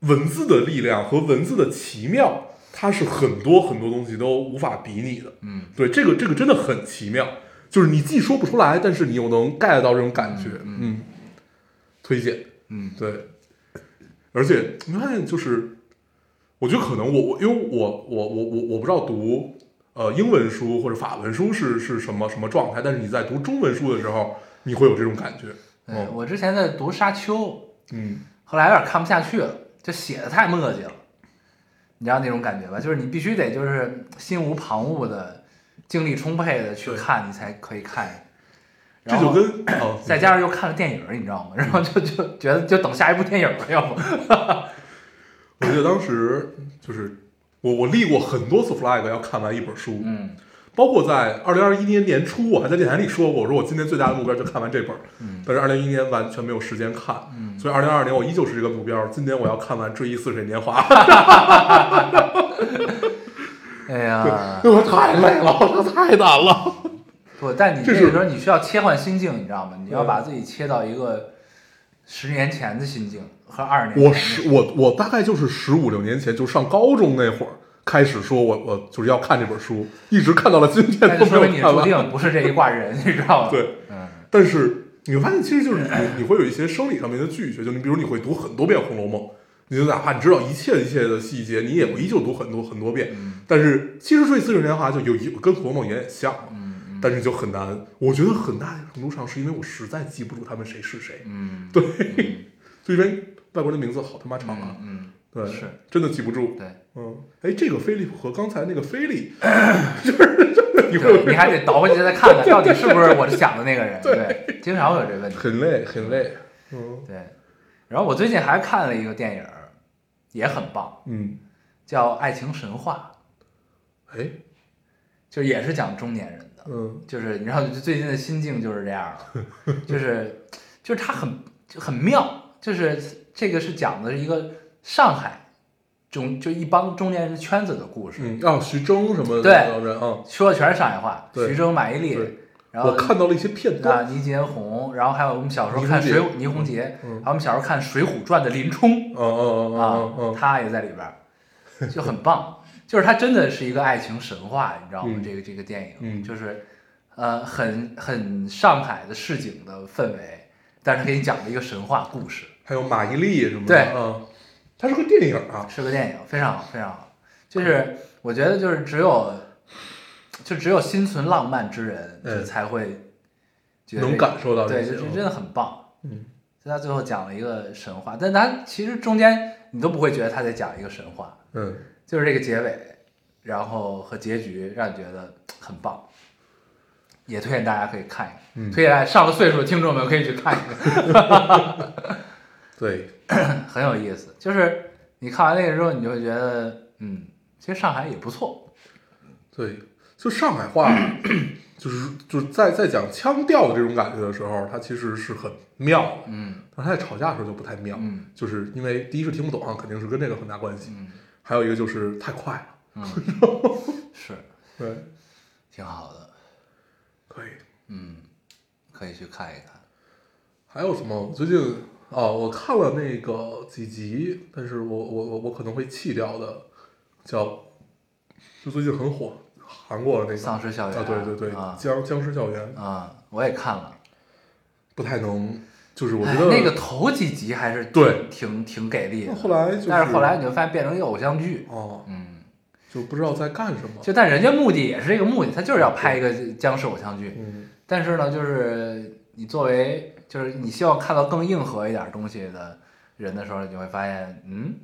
Speaker 3: 文字的力量和文字的奇妙，它是很多很多东西都无法比拟的。
Speaker 1: 嗯，
Speaker 3: 对，这个这个真的很奇妙，就是你既说不出来，但是你又能 get 到这种感觉。
Speaker 1: 嗯
Speaker 3: 嗯，推荐。
Speaker 1: 嗯，
Speaker 3: 对，而且你会发现就是，我觉得可能我我因为我我我我我不知道读呃英文书或者法文书是是什么什么状态，但是你在读中文书的时候，你会有这种感觉。
Speaker 1: 对
Speaker 3: 嗯
Speaker 1: 我之前在读《沙丘》，
Speaker 3: 嗯
Speaker 1: 后来有点看不下去了，就写的太墨迹了，你知道那种感觉吧？就是你必须得就是心无旁骛的、精力充沛的去
Speaker 3: 对
Speaker 1: 看，你才可以看。，
Speaker 3: 这
Speaker 1: 然后
Speaker 3: 就跟
Speaker 1: <clears throat>
Speaker 3: 哦，
Speaker 1: 再加上又看了电影儿，你知道吗？ <laughs> 然后就就觉得就等下一部电影儿吧，要不
Speaker 3: 我记得当时就是我我立过很多次 flag 要看完一本书，
Speaker 1: 嗯
Speaker 3: 包括在二零二一年年初，我还在电台里说过，我说我今年最大的目标就看完这本儿，
Speaker 1: 嗯
Speaker 3: 但是二零一年完全没有时间看，
Speaker 1: 嗯
Speaker 3: 所以二零二二年我依旧是这个目标，今年我要看完《追忆似水年华》，
Speaker 1: 哎呀，
Speaker 3: <laughs> 我太累了，我太难了。
Speaker 1: 不，但你
Speaker 3: 这
Speaker 1: 这
Speaker 3: 是
Speaker 1: 个时候你需要切换心境，你知道吗？你要
Speaker 3: 嗯
Speaker 1: 把自己切到一个十年前的心境和二十年前的
Speaker 3: 我十我我大概就是十五六年前，就上高中那会儿开始说我我就是要看这本书，一直看到了今
Speaker 1: 那
Speaker 3: 天
Speaker 1: 就
Speaker 3: 都
Speaker 1: 说
Speaker 3: 没
Speaker 1: 明
Speaker 3: 有
Speaker 1: 你
Speaker 3: 看
Speaker 1: 注
Speaker 3: 完。
Speaker 1: 定不是这一挂人，你知道吗？
Speaker 3: 对，
Speaker 1: 嗯，
Speaker 3: 但是你会发现，其实就是你你会有一些生理上面的拒绝，就你比如你会读很多遍《红楼梦》，你就哪怕你知道一切一切的细节，你也会依旧读很多很多遍。
Speaker 1: 嗯
Speaker 3: 但是其实《追忆似水年华》就有一跟《红楼梦》有点像嘛，
Speaker 1: 嗯
Speaker 3: 但是就很难。我觉得很大程度上是因为我实在记不住他们谁是谁，
Speaker 1: 嗯，
Speaker 3: 对
Speaker 1: 嗯，
Speaker 3: 就因为外国人的名字好他妈长啊，
Speaker 1: 嗯，
Speaker 3: 对，
Speaker 1: 是
Speaker 3: 真的记不住。
Speaker 1: 对，
Speaker 3: 嗯，哎，这个菲利普和刚才那个菲
Speaker 1: <laughs>
Speaker 3: 利，就是就是你会有
Speaker 1: 对，你还得倒回去再看
Speaker 3: <laughs>
Speaker 1: 看，到底是不是我想的那个人？对，经常会有这问题。
Speaker 3: 很累很累，嗯
Speaker 1: 对，然后我最近还看了一个电影儿，也很棒，
Speaker 3: 嗯，
Speaker 1: 叫《爱情神话
Speaker 3: 哎》，
Speaker 1: 就是也是讲中年人的。
Speaker 3: 嗯
Speaker 1: 就是你知道最近的心境就是这样了，就是就是它很就很妙，就是这个是讲的是一个上海中就一帮中年人圈子的故事，
Speaker 3: 嗯，啊，徐峥什么的
Speaker 1: 对
Speaker 3: 那种人啊。
Speaker 1: 说的全是上海话，
Speaker 3: 对
Speaker 1: 徐峥、马伊琍
Speaker 3: 对，
Speaker 1: 然后
Speaker 3: 我看到了一些片
Speaker 1: 啊
Speaker 3: 段。
Speaker 1: 倪洁红，然后还有我们小时候
Speaker 3: 倪
Speaker 1: 看
Speaker 3: 虹
Speaker 1: 水
Speaker 3: 洁
Speaker 1: 倪虹洁，
Speaker 3: 嗯
Speaker 1: 还有我们小时候看《水浒传》的林冲
Speaker 3: 嗯嗯
Speaker 1: 啊
Speaker 3: 嗯，嗯嗯
Speaker 1: 他也在里边儿，就很棒，就是它真的是一个爱情神话，你知道吗？
Speaker 3: 嗯
Speaker 1: 这个这个电影，
Speaker 3: 嗯
Speaker 1: 就是呃，很很上海的市井的氛围，但是给你讲了一个神话故事，
Speaker 3: 还有马伊琍什么的。
Speaker 1: 对
Speaker 3: 嗯，它是个电影啊。
Speaker 1: 是个电影，非常好，非常好。就是我觉得，就是只有，就只有心存浪漫之人，
Speaker 3: 嗯
Speaker 1: 就才会觉得
Speaker 3: 能
Speaker 1: 这个
Speaker 3: 感受到
Speaker 1: 对，就
Speaker 3: 这些
Speaker 1: 就
Speaker 3: 嗯
Speaker 1: 真的很棒。
Speaker 3: 嗯，
Speaker 1: 所以他最后讲了一个神话，但他其实中间你都不会觉得他在讲一个神话，
Speaker 3: 嗯，
Speaker 1: 就是这个结尾，然后和结局让你觉得很棒，也推荐大家可以看一看。
Speaker 3: 嗯
Speaker 1: 推荐上了岁数的听众们可以去看一看， <laughs>
Speaker 3: 对，
Speaker 1: 很有意思。就是你看完那个之后，你就会觉得，嗯，其实上海也不错。
Speaker 3: 对，就上海话，就是就是在在讲腔调的这种感觉的时候，它其实是很妙的。
Speaker 1: 嗯
Speaker 3: 但是它在吵架的时候就不太妙，
Speaker 1: 嗯
Speaker 3: 就是因为第一是听不懂啊，肯定是跟这个很大关系。
Speaker 1: 嗯
Speaker 3: 还有一个就是太快了。
Speaker 1: 嗯，是
Speaker 3: 对，
Speaker 1: 挺好的，
Speaker 3: 可以。
Speaker 1: 嗯，可以去看一看。
Speaker 3: 还有什么？我最近哦，我看了那个几集，但是我我我我可能会弃掉的，叫就最近很火，韩国的那个
Speaker 1: 丧尸校园
Speaker 3: 啊，对对对，
Speaker 1: 啊
Speaker 3: 僵僵尸校园
Speaker 1: 啊、我也看了，
Speaker 3: 不太能，就是我觉
Speaker 1: 哎
Speaker 3: 得
Speaker 1: 那个头几集还是挺
Speaker 3: 对
Speaker 1: 挺挺给力的，
Speaker 3: 后来就是
Speaker 1: 但是后来你就发现变成一个偶像剧，
Speaker 3: 哦，
Speaker 1: 嗯，
Speaker 3: 就不知道在干什么，
Speaker 1: 就但人家目的也是这个目的，他就是要拍一个僵尸偶像剧，
Speaker 3: 嗯
Speaker 1: 但是呢，就是你作为就是你希望看到更硬核一点东西的人的时候，你会发现，嗯，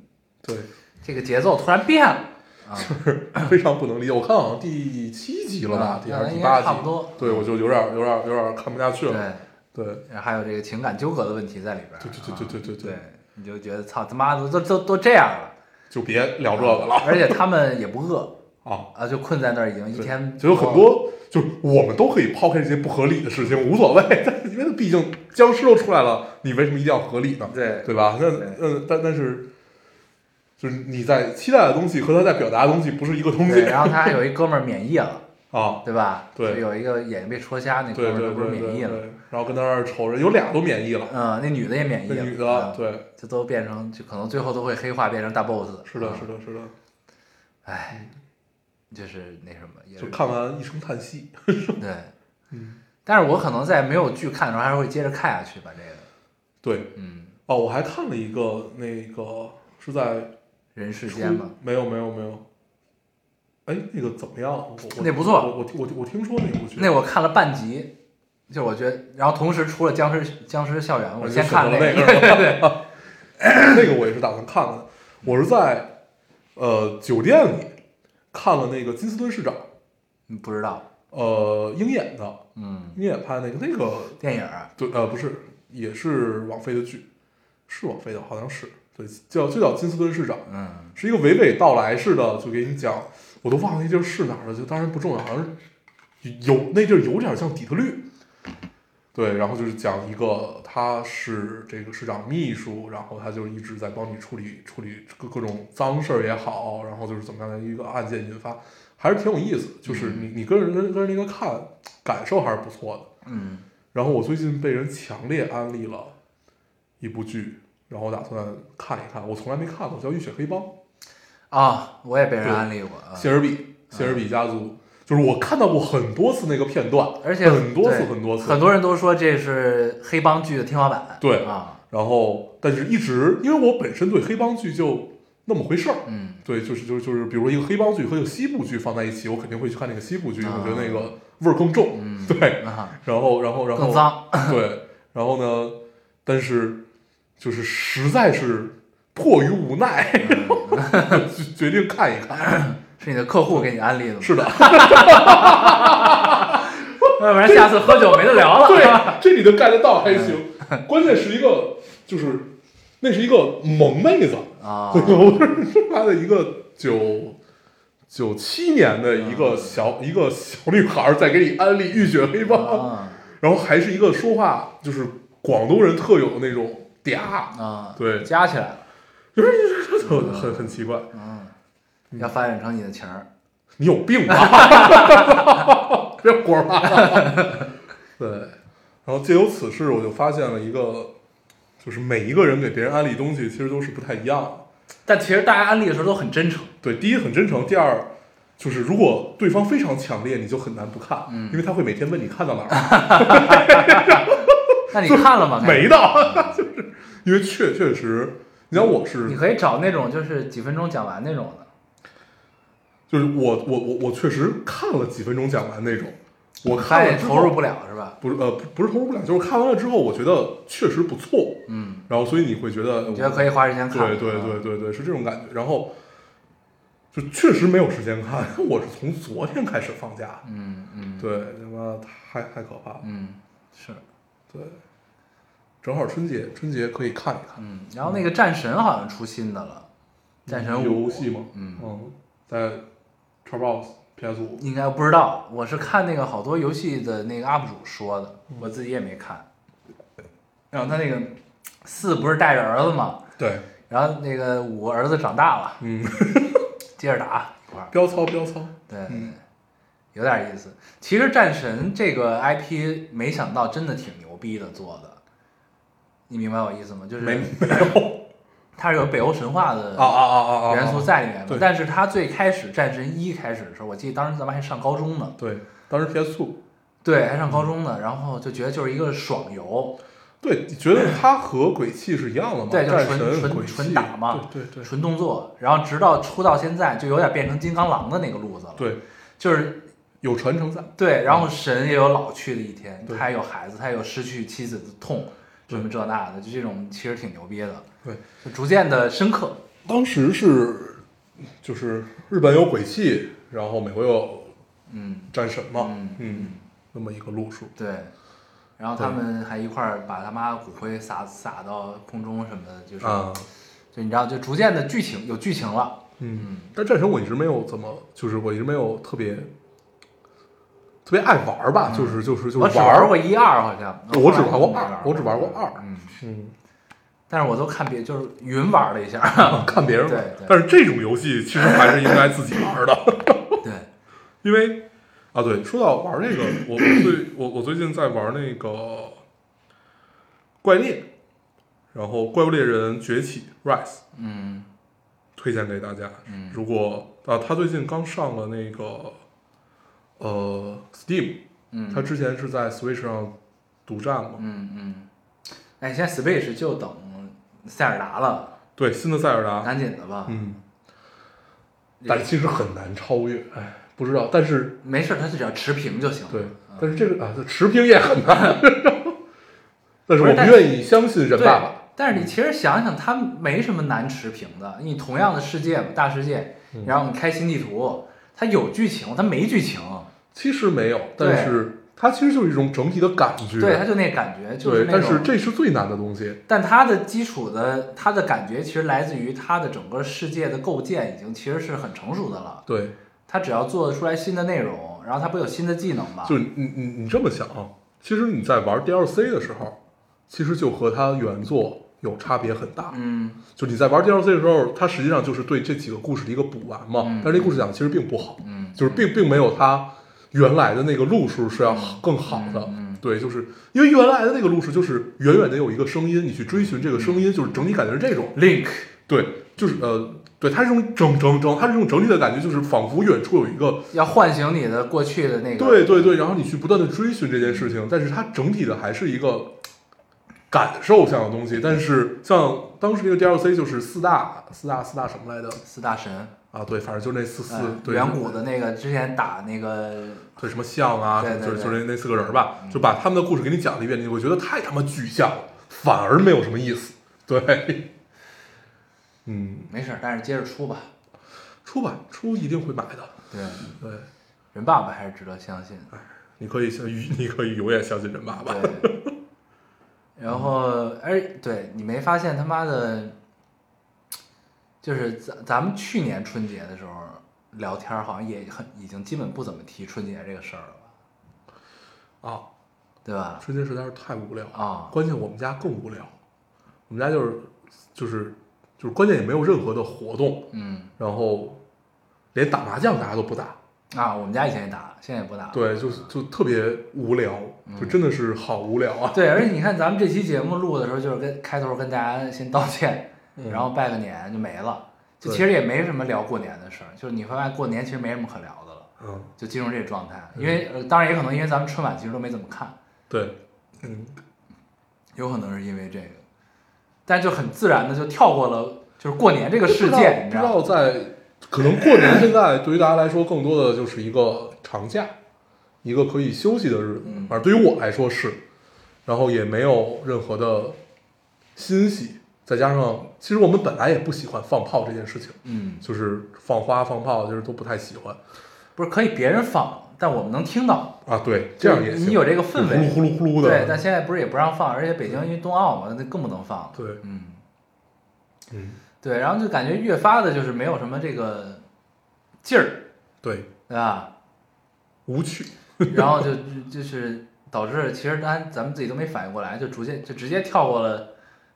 Speaker 3: 对，
Speaker 1: 这个节奏突然变了。啊，
Speaker 3: 非常不能理解。我看好像第七集了吧
Speaker 1: 啊，
Speaker 3: 第还是
Speaker 1: 应
Speaker 3: 第
Speaker 1: 该
Speaker 3: 八集，
Speaker 1: 差不多嗯
Speaker 3: 对，我就有点有点有点看不下去
Speaker 1: 对，
Speaker 3: 了。对，
Speaker 1: 然后还有这个情感纠葛的问题在里边儿。
Speaker 3: 对对对对对
Speaker 1: 啊
Speaker 3: 对对
Speaker 1: 对，你就觉得操他妈的都都都这样了，啊
Speaker 3: 就别聊这个了
Speaker 1: 而且他们也不饿
Speaker 3: 啊。
Speaker 1: 啊，就困在那儿已经一
Speaker 3: 对
Speaker 1: 天，
Speaker 3: 就有很多，就是我们都可以抛开这些不合理的事情，无所谓。 <laughs> 但是因为毕竟僵尸都出来了，你为什么一定要合理呢？
Speaker 1: 对
Speaker 3: 对吧？那
Speaker 1: 对
Speaker 3: 嗯，但但是，就是你在期待的东西和他在表达的东西不是一个东西
Speaker 1: 对，然后他还有一哥们儿免疫
Speaker 3: <laughs>
Speaker 1: 了，
Speaker 3: 啊。
Speaker 1: 对吧？
Speaker 3: 对
Speaker 1: 就有一个眼睛被戳瞎那哥
Speaker 3: 对
Speaker 1: 们
Speaker 3: 对
Speaker 1: 儿
Speaker 3: 对
Speaker 1: 不是
Speaker 3: 对
Speaker 1: 免疫
Speaker 3: 对
Speaker 1: 了，
Speaker 3: 然后跟他那儿瞅着，有俩都免疫了，
Speaker 1: 嗯，那女的也免疫
Speaker 3: 那
Speaker 1: 了，
Speaker 3: 女
Speaker 1: 啊
Speaker 3: 的，对，
Speaker 1: 这都变成就可能最后都会黑化变成大 boss。
Speaker 3: 是的，
Speaker 1: 嗯
Speaker 3: 是，的，是的，
Speaker 1: 哎，就是那什么，也
Speaker 3: 就是看完一声叹息。
Speaker 1: 对，
Speaker 3: 嗯，
Speaker 1: 但是我可能在没有剧看的时候，还是会接着看下去吧。这个，
Speaker 3: 对，
Speaker 1: 嗯，
Speaker 3: 哦，我还看了一个，那个是在
Speaker 1: 人世
Speaker 3: 初
Speaker 1: 间嘛，
Speaker 3: 没有没有没有，哎，那个怎么样？我我
Speaker 1: 那不错
Speaker 3: 我我我我听说那部剧，
Speaker 1: 那我看了半集，就我觉得，然后同时除了僵尸僵尸校园，我
Speaker 3: 就
Speaker 1: 先看
Speaker 3: 选择
Speaker 1: 那
Speaker 3: 那个，
Speaker 1: 个，
Speaker 3: 对对， <laughs> 那个我也是打算看看的。我是在呃酒店里看了那个金斯顿市长，
Speaker 1: 嗯不知道，
Speaker 3: 呃，鹰眼的，
Speaker 1: 嗯，
Speaker 3: 鹰眼拍那个那个
Speaker 1: 电影儿啊
Speaker 3: 对呃不是也是网飞的剧，是网飞的，好像是对，叫就叫金斯顿市长，
Speaker 1: 嗯，
Speaker 3: 是一个娓娓道来式的，就给你讲，我都忘了那地儿是哪儿了，就当然不重要，好像是有那地儿有点像底特律。对，然后就是讲一个，他是这个市长秘书，然后他就一直在帮你处理处理各各种脏事儿也好，然后就是怎么样的一个案件引发，还是挺有意思。就是你你跟人跟跟人那个看，感受还是不错的。
Speaker 1: 嗯，
Speaker 3: 然后我最近被人强烈安利了一部剧，然后我打算看一看，我从来没看过，叫《浴血黑帮》。
Speaker 1: 啊，我也被人
Speaker 3: 对
Speaker 1: 安利过，啊
Speaker 3: 谢尔比，谢尔比家族，就是我看到过很多次那个片段，
Speaker 1: 而且
Speaker 3: 很多次
Speaker 1: 对
Speaker 3: 很多次，
Speaker 1: 嗯很多人都说这是黑帮剧的天花板，
Speaker 3: 对
Speaker 1: 啊，
Speaker 3: 然后，但是一直因为我本身对黑帮剧就那么回事儿，
Speaker 1: 嗯，
Speaker 3: 对，就是就是就是，比如说一个黑帮剧和一个西部剧放在一起，我肯定会去看那个西部剧，
Speaker 1: 啊
Speaker 3: 我觉得那个味儿更重，
Speaker 1: 嗯
Speaker 3: 对，
Speaker 1: 啊，
Speaker 3: 然后然后然后
Speaker 1: 更脏， <laughs>
Speaker 3: 对，然后呢，但是就是实在是迫于无奈，就
Speaker 1: 嗯
Speaker 3: <laughs> 决定看一看，
Speaker 1: 是你的客户给你安利的吗？
Speaker 3: 是的。
Speaker 1: 要不然下次喝酒没得聊 <laughs> 了。
Speaker 3: 对， <laughs> 这你都 get 得到还
Speaker 1: 嗯
Speaker 3: 行。
Speaker 1: <laughs>
Speaker 3: 关键是一个，就是那是一个萌妹子，
Speaker 1: 啊，
Speaker 3: <laughs> 我是他妈的一个九九七年的一个小、一个小女孩儿在给你安利浴血黑帮，
Speaker 1: 啊
Speaker 3: 然后还是一个说话就是广东人特有的那种嗲，
Speaker 1: 啊，
Speaker 3: 对
Speaker 1: 加起来了，
Speaker 3: 就是 <laughs> 很很很奇怪，
Speaker 1: 嗯，要发展成你的情儿，
Speaker 3: 你有病吧？ <laughs> 别胡说八道。 <laughs> 对，然后借由此事，我就发现了一个，就是每一个人给别人安利东西，其实都是不太一样的。
Speaker 1: 但其实大家安利的时候都很真诚，
Speaker 3: 对，第一很真诚，第二就是如果对方非常强烈，你就很难不看，
Speaker 1: 嗯
Speaker 3: 因为他会每天问你看到哪
Speaker 1: <laughs>
Speaker 3: 儿，
Speaker 1: 那你看了吗？
Speaker 3: 没到， <laughs> 就是因为确确实，你像我是
Speaker 1: 你可以找那种就是几分钟讲完那种的，
Speaker 3: 就是我我我我确实看了几分钟讲完那种，我
Speaker 1: 他
Speaker 3: 看
Speaker 1: 也
Speaker 3: 了之后
Speaker 1: 投入不了是吧？
Speaker 3: 不是呃不不是投入不了，就是看完了之后我觉得确实不错，
Speaker 1: 嗯，
Speaker 3: 然后所以你会觉得
Speaker 1: 你觉得可以花时间看？
Speaker 3: 嗯
Speaker 1: 啊
Speaker 3: 对对对对对是这种感觉，然后就确实没有时间看，我是从昨天开始放假，
Speaker 1: 嗯，嗯嗯
Speaker 3: 对他妈太太可怕了，
Speaker 1: 嗯，是，
Speaker 3: 对，正好春节春节可以看一看
Speaker 1: 嗯，然后那个战神好像出新的了，战神五
Speaker 3: 游戏嘛，
Speaker 1: 嗯
Speaker 3: 在 Xbox PS 五，
Speaker 1: 应该不知道，我是看那个好多游戏的那个 UP 主说的，我自己也没看。然后他那个四不是带着儿子嘛，
Speaker 3: 对，
Speaker 1: 然后那个五儿子长大了，
Speaker 3: 嗯，
Speaker 1: <laughs> 接着打一块儿，
Speaker 3: 飙操飙操，
Speaker 1: 对，
Speaker 3: 嗯
Speaker 1: 有点意思。其实战神这个 IP 没想到真的挺牛逼的做的，你明白我意思吗？就是
Speaker 3: 没没有
Speaker 1: 它是有北欧神话的
Speaker 3: 啊啊啊啊啊
Speaker 1: 元素，在里面的
Speaker 3: 对，
Speaker 1: 但是它最开始战神一开始的时候，我记得当时咱们还上高中呢，
Speaker 3: 对，当时 PS two，
Speaker 1: 对，还上高中
Speaker 3: 嗯
Speaker 1: 呢，然后就觉得就是一个爽游，
Speaker 3: 对，你觉得它和鬼泣是一样的吗？
Speaker 1: 对就是
Speaker 3: 战
Speaker 1: 纯
Speaker 3: 神
Speaker 1: 纯
Speaker 3: 鬼泣
Speaker 1: 纯打嘛
Speaker 3: 对对对
Speaker 1: 纯动作，然后直到出到现在就有点变成金刚狼的那个路子了，
Speaker 3: 对，
Speaker 1: 就是
Speaker 3: 有传承在，
Speaker 1: 对，然后神也有老去的一天，
Speaker 3: 嗯对
Speaker 1: 他也有孩子，他也有失去妻子的痛，什么这那的，就这种其实挺牛逼的，
Speaker 3: 对，
Speaker 1: 就逐渐的深刻。
Speaker 3: 当时是就是日本有鬼泣，然后美国有
Speaker 1: 嗯，
Speaker 3: 战神嘛，
Speaker 1: 嗯
Speaker 3: 那么一个路数，
Speaker 1: 对。然后他们还一块儿把他妈骨灰撒撒到空中什么的，就是，
Speaker 3: 啊，
Speaker 1: 就你知道，就逐渐的剧情有剧情了。
Speaker 3: 嗯，但战神我一直没有怎么，就是我一直没有特别特别爱玩儿吧，就是就是就是
Speaker 1: 我只嗯
Speaker 3: 玩
Speaker 1: 玩
Speaker 3: 儿
Speaker 1: 过一二，好像
Speaker 3: 我只
Speaker 1: 后来
Speaker 3: 玩过
Speaker 1: 没
Speaker 3: 二
Speaker 1: 玩
Speaker 3: 我只玩过二
Speaker 1: 嗯，
Speaker 3: 嗯，
Speaker 1: 但是我都看别就是云玩了一下，
Speaker 3: <laughs> 看别人玩
Speaker 1: 对对
Speaker 3: 但是这种游戏其实还是应该自己玩儿的，
Speaker 1: 对，
Speaker 3: 因为啊，对，说到玩儿这个，我我最我我最近在玩儿那个怪猎，然后怪物猎人崛起 Rise，
Speaker 1: 嗯
Speaker 3: 推荐给大家。
Speaker 1: 嗯
Speaker 3: 如果啊，他最近刚上了那个呃 Steam，
Speaker 1: 嗯，
Speaker 3: 他之前是在 Switch 上独占嘛，
Speaker 1: 嗯嗯，哎，现在 Switch 就等塞尔达了，
Speaker 3: 对，新的塞尔达，
Speaker 1: 赶紧的吧。
Speaker 3: 嗯，但
Speaker 1: 也
Speaker 3: 其实很难超越，哎，不知道，但是
Speaker 1: 没事，它只要持平就行。
Speaker 3: 对
Speaker 1: 嗯，
Speaker 3: 但是这个啊，这持平也很难。 <laughs> 但是
Speaker 1: 不是
Speaker 3: 我不
Speaker 1: 但是
Speaker 3: 愿意相信人
Speaker 1: 对
Speaker 3: 爸爸，嗯
Speaker 1: 但是你其实想想，它没什么难持平的。你同样的世界嘛，大世界，
Speaker 3: 嗯
Speaker 1: 然后你开新地图，它有剧情，它没剧情，
Speaker 3: 其实没有，
Speaker 1: 对
Speaker 3: 但是它其实就是一种整体的感觉。
Speaker 1: 对，它就那感觉，就
Speaker 3: 对
Speaker 1: 那
Speaker 3: 但是
Speaker 1: 种。
Speaker 3: 这是最难的东西。
Speaker 1: 但它的基础的，它的感觉其实来自于它的整个世界的构建已经其实是很成熟的了。
Speaker 3: 对，
Speaker 1: 它只要做出来新的内容，然后它不有新的技能吗？
Speaker 3: 就你你你这么想啊，其实你在玩 DLC 的时候，其实就和它原作有差别很大。
Speaker 1: 嗯，
Speaker 3: 就你在玩 DLC 的时候，它实际上就是对这几个故事的一个补完嘛。
Speaker 1: 嗯
Speaker 3: 但是这故事讲的其实并不好，
Speaker 1: 嗯
Speaker 3: 就是并并没有它原来的那个路数是要更好的。
Speaker 1: 嗯嗯
Speaker 3: 对，就是因为原来的那个路数就是远远的有一个声音，你去追寻这个声
Speaker 1: 嗯
Speaker 3: 音，就是整体感觉是这种。
Speaker 1: Link，
Speaker 3: 对，就是呃，对，它是这种整整整，它是这种整体的感觉，就是仿佛远处有一个，
Speaker 1: 要唤醒你的过去的那个。
Speaker 3: 对对对，然后你去不断的追寻这件事情，但是它整体的还是一个感受上的东西。但是像当时那个 DLC 就是四大四大四大什么来着
Speaker 1: 四大神，
Speaker 3: 啊？对，反正就是那四四、
Speaker 1: 嗯
Speaker 3: 对
Speaker 1: 远古的那个之前打那个，
Speaker 3: 对什么象啊，
Speaker 1: 对对
Speaker 3: 就是
Speaker 1: 对嗯
Speaker 3: 就是那那四个人儿吧，就把他们的故事给你讲了一遍，你会觉得太他妈具象了，反而没有什么意思。对，嗯，
Speaker 1: 没事儿，但是接着出吧。
Speaker 3: 出吧，出一定会买的。
Speaker 1: 对，
Speaker 3: 对。
Speaker 1: 人爸爸还是值得相信。
Speaker 3: 你可以相，你可以永远相信人爸爸。
Speaker 1: 对。然后，哎，对你没发现他妈的，就是咱咱们去年春节的时候聊天儿，好像也很已经基本不怎么提春节这个事儿了吧，
Speaker 3: 啊，
Speaker 1: 对吧？
Speaker 3: 春节实在是太无聊了
Speaker 1: 啊
Speaker 3: 关键我们家更无聊，我们家就是就是就是关键也没有任何的活动，
Speaker 1: 嗯，
Speaker 3: 然后连打麻将大家都不打，
Speaker 1: 啊，我们家以前也打，现在也不打了。
Speaker 3: 对，就是就特别无聊，就真的是好无聊啊。
Speaker 1: 对，而且你看咱们这期节目录的时候，就是跟开头跟大家先道歉，
Speaker 3: 嗯
Speaker 1: 然后拜个年就没了。就
Speaker 3: 对
Speaker 1: 其实也没什么聊过年的事儿，就是你会发现过年其实没什么可聊的了，
Speaker 3: 嗯，
Speaker 1: 就进入这个状态。因为、呃当然也可能因为咱们春晚其实都没怎么看，
Speaker 3: 对，嗯，
Speaker 1: 有可能是因为这个，但就很自然的就跳过了就是过年这个事
Speaker 3: 不知道
Speaker 1: 件，你
Speaker 3: 不
Speaker 1: 知
Speaker 3: 知
Speaker 1: 道
Speaker 3: 道
Speaker 1: 吗？
Speaker 3: 在可能过年现在对于大家来说，更多的就是一个长假，一个可以休息的日子。
Speaker 1: 嗯
Speaker 3: 反正对于我来说是，然后也没有任何的欣喜，再加上其实我们本来也不喜欢放炮这件事情，
Speaker 1: 嗯，
Speaker 3: 就是放花放炮，就是都不太喜欢
Speaker 1: 不是可以别人放，但我们能听到，
Speaker 3: 啊。对，这样也行，
Speaker 1: 你有这个氛围
Speaker 3: 呼噜呼噜呼噜的。
Speaker 1: 对。但现在不是也不让放，而且北京因为冬奥嘛，那更不能放。
Speaker 3: 对
Speaker 1: 嗯。
Speaker 3: 嗯，
Speaker 1: 对，然后就感觉越发的就是没有什么这个劲儿，
Speaker 3: 对，
Speaker 1: 对吧？
Speaker 3: 无趣。
Speaker 1: 然后就就是导致其实咱咱们自己都没反应过来，就逐渐就直接跳过了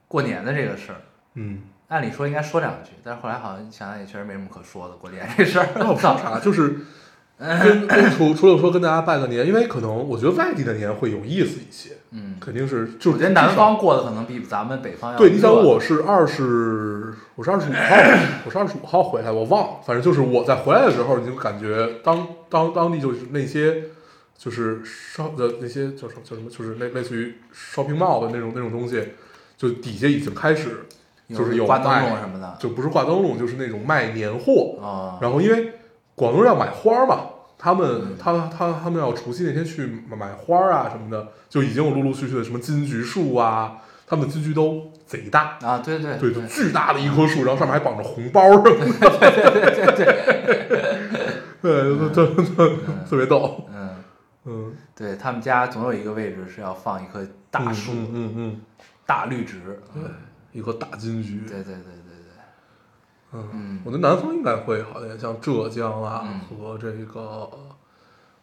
Speaker 1: 过年的这个事儿。
Speaker 3: 嗯，
Speaker 1: 按理说应该说两句，但是后来好像想想也确实没什么可说的过年这事儿。
Speaker 3: 那我
Speaker 1: <laughs>
Speaker 3: 说啥？啊就是跟跟除除了说跟大家拜个年，因为可能我觉得外地的年会有意思一些，
Speaker 1: 嗯，
Speaker 3: 肯定是就
Speaker 1: 我
Speaker 3: 是
Speaker 1: 觉得南方过得可能比咱们北方要
Speaker 3: 对，你想
Speaker 1: 热
Speaker 3: 我是二十，我是二十五号，我是二十五号回来，我忘了，反正就是我在回来的时候，你就感觉当当当地就是那些就是烧的那些叫什么叫什么，就是类类似于 shopping mall 的那种那种东西，就底下已经开始就是有
Speaker 1: 刮灯
Speaker 3: 卖
Speaker 1: 笼什么的
Speaker 3: 就不是挂灯笼，就是那种卖年货，
Speaker 1: 啊，
Speaker 3: 然后因为广东人要买花儿嘛，他
Speaker 1: 嗯
Speaker 3: 们他他他们要除夕那天去买买花儿啊什么的，就已经有陆陆续续的什么金桔树啊，他们的金桔都贼大，
Speaker 1: 啊，对对
Speaker 3: 对，
Speaker 1: 对
Speaker 3: 就巨大的一棵树，然后上面还绑着红包什么的，
Speaker 1: <laughs> 对对，
Speaker 3: <laughs> 对，特特特特别逗，
Speaker 1: 嗯，
Speaker 3: 嗯，
Speaker 1: 对他们家总有一个位置是要放一棵大树、
Speaker 3: 嗯嗯嗯，
Speaker 1: 大绿植，
Speaker 3: 嗯一棵大金桔，
Speaker 1: 对对对对
Speaker 3: 嗯，我觉得南方应该会好一点，像浙江啊
Speaker 1: 嗯
Speaker 3: 和这个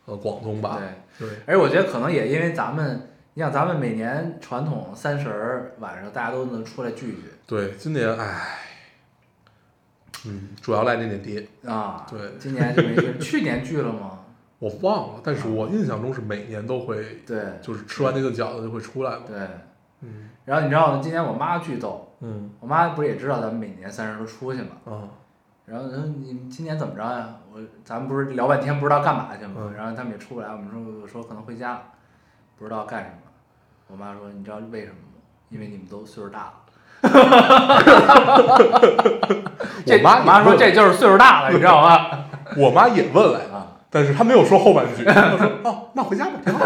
Speaker 3: 呃广东吧
Speaker 1: 对，对。
Speaker 3: 对，
Speaker 1: 而我觉得可能也因为咱们，你像咱们每年传统三十儿晚上大家都能出来聚聚
Speaker 3: 对，今年唉，嗯，主要赖那点跌，
Speaker 1: 啊。
Speaker 3: 对
Speaker 1: 今年就没聚，去年聚了吗？
Speaker 3: 我忘了，但是我印象中是每年都会， <laughs>
Speaker 1: 对，
Speaker 3: 就是吃完那顿饺子就会出来嘛。
Speaker 1: 对。
Speaker 3: 嗯
Speaker 1: 然后你知道吗？今年我妈巨逗，
Speaker 3: 嗯
Speaker 1: 我妈不是也知道咱们每年三十都出去嘛？
Speaker 3: 啊
Speaker 1: 然后她说你们今年怎么着呀？我咱们不是聊半天不知道干嘛去嘛？
Speaker 3: 嗯
Speaker 1: 然后他们也出不来，我们说我说可能回家了，不知道干什么。我妈说你知道为什么吗？因为你们都岁数大了。这
Speaker 3: 我妈也
Speaker 1: 妈说
Speaker 3: 问
Speaker 1: 这就是岁数大了，你知道吗？
Speaker 3: 我妈也问来
Speaker 1: 啊
Speaker 3: 了，但是她没有说后半句，她说哦，那回家吧，挺好。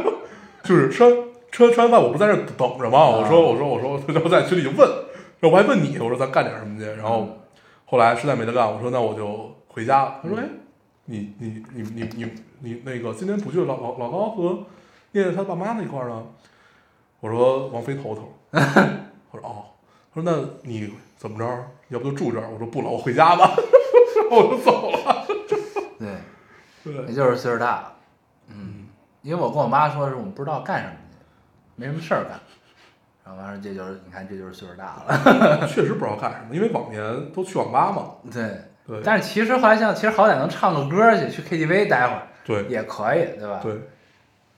Speaker 3: <laughs> 就是吃完吃完吃完饭，我不在这儿等着吗？我说我说我说，然后在群里就问，然后我还问你，我说咱干点什么去？然后后来实在没得干，我说那我就回家了。她说哎，你你你你你你那个今天不去老老老高和念念他爸妈那一块儿呢？我说王菲头头，我说哦，他说那你怎么着？要不就住这儿？我说不了，我回家吧，我就走了。
Speaker 1: 对，
Speaker 3: 对
Speaker 1: 也就是岁数大了。嗯，因为我跟我妈说是我们不知道干什么去，没什么事儿干。然后我妈说这就是你看这就是岁数大了。 <laughs>
Speaker 3: 确实不知道干什么，因为往年都去网吧嘛。
Speaker 1: 对，
Speaker 3: 对，
Speaker 1: 但是其实后来想，其实好歹能唱个歌去，去 KTV 待会儿
Speaker 3: 对
Speaker 1: 也可以，对吧？，
Speaker 3: 对，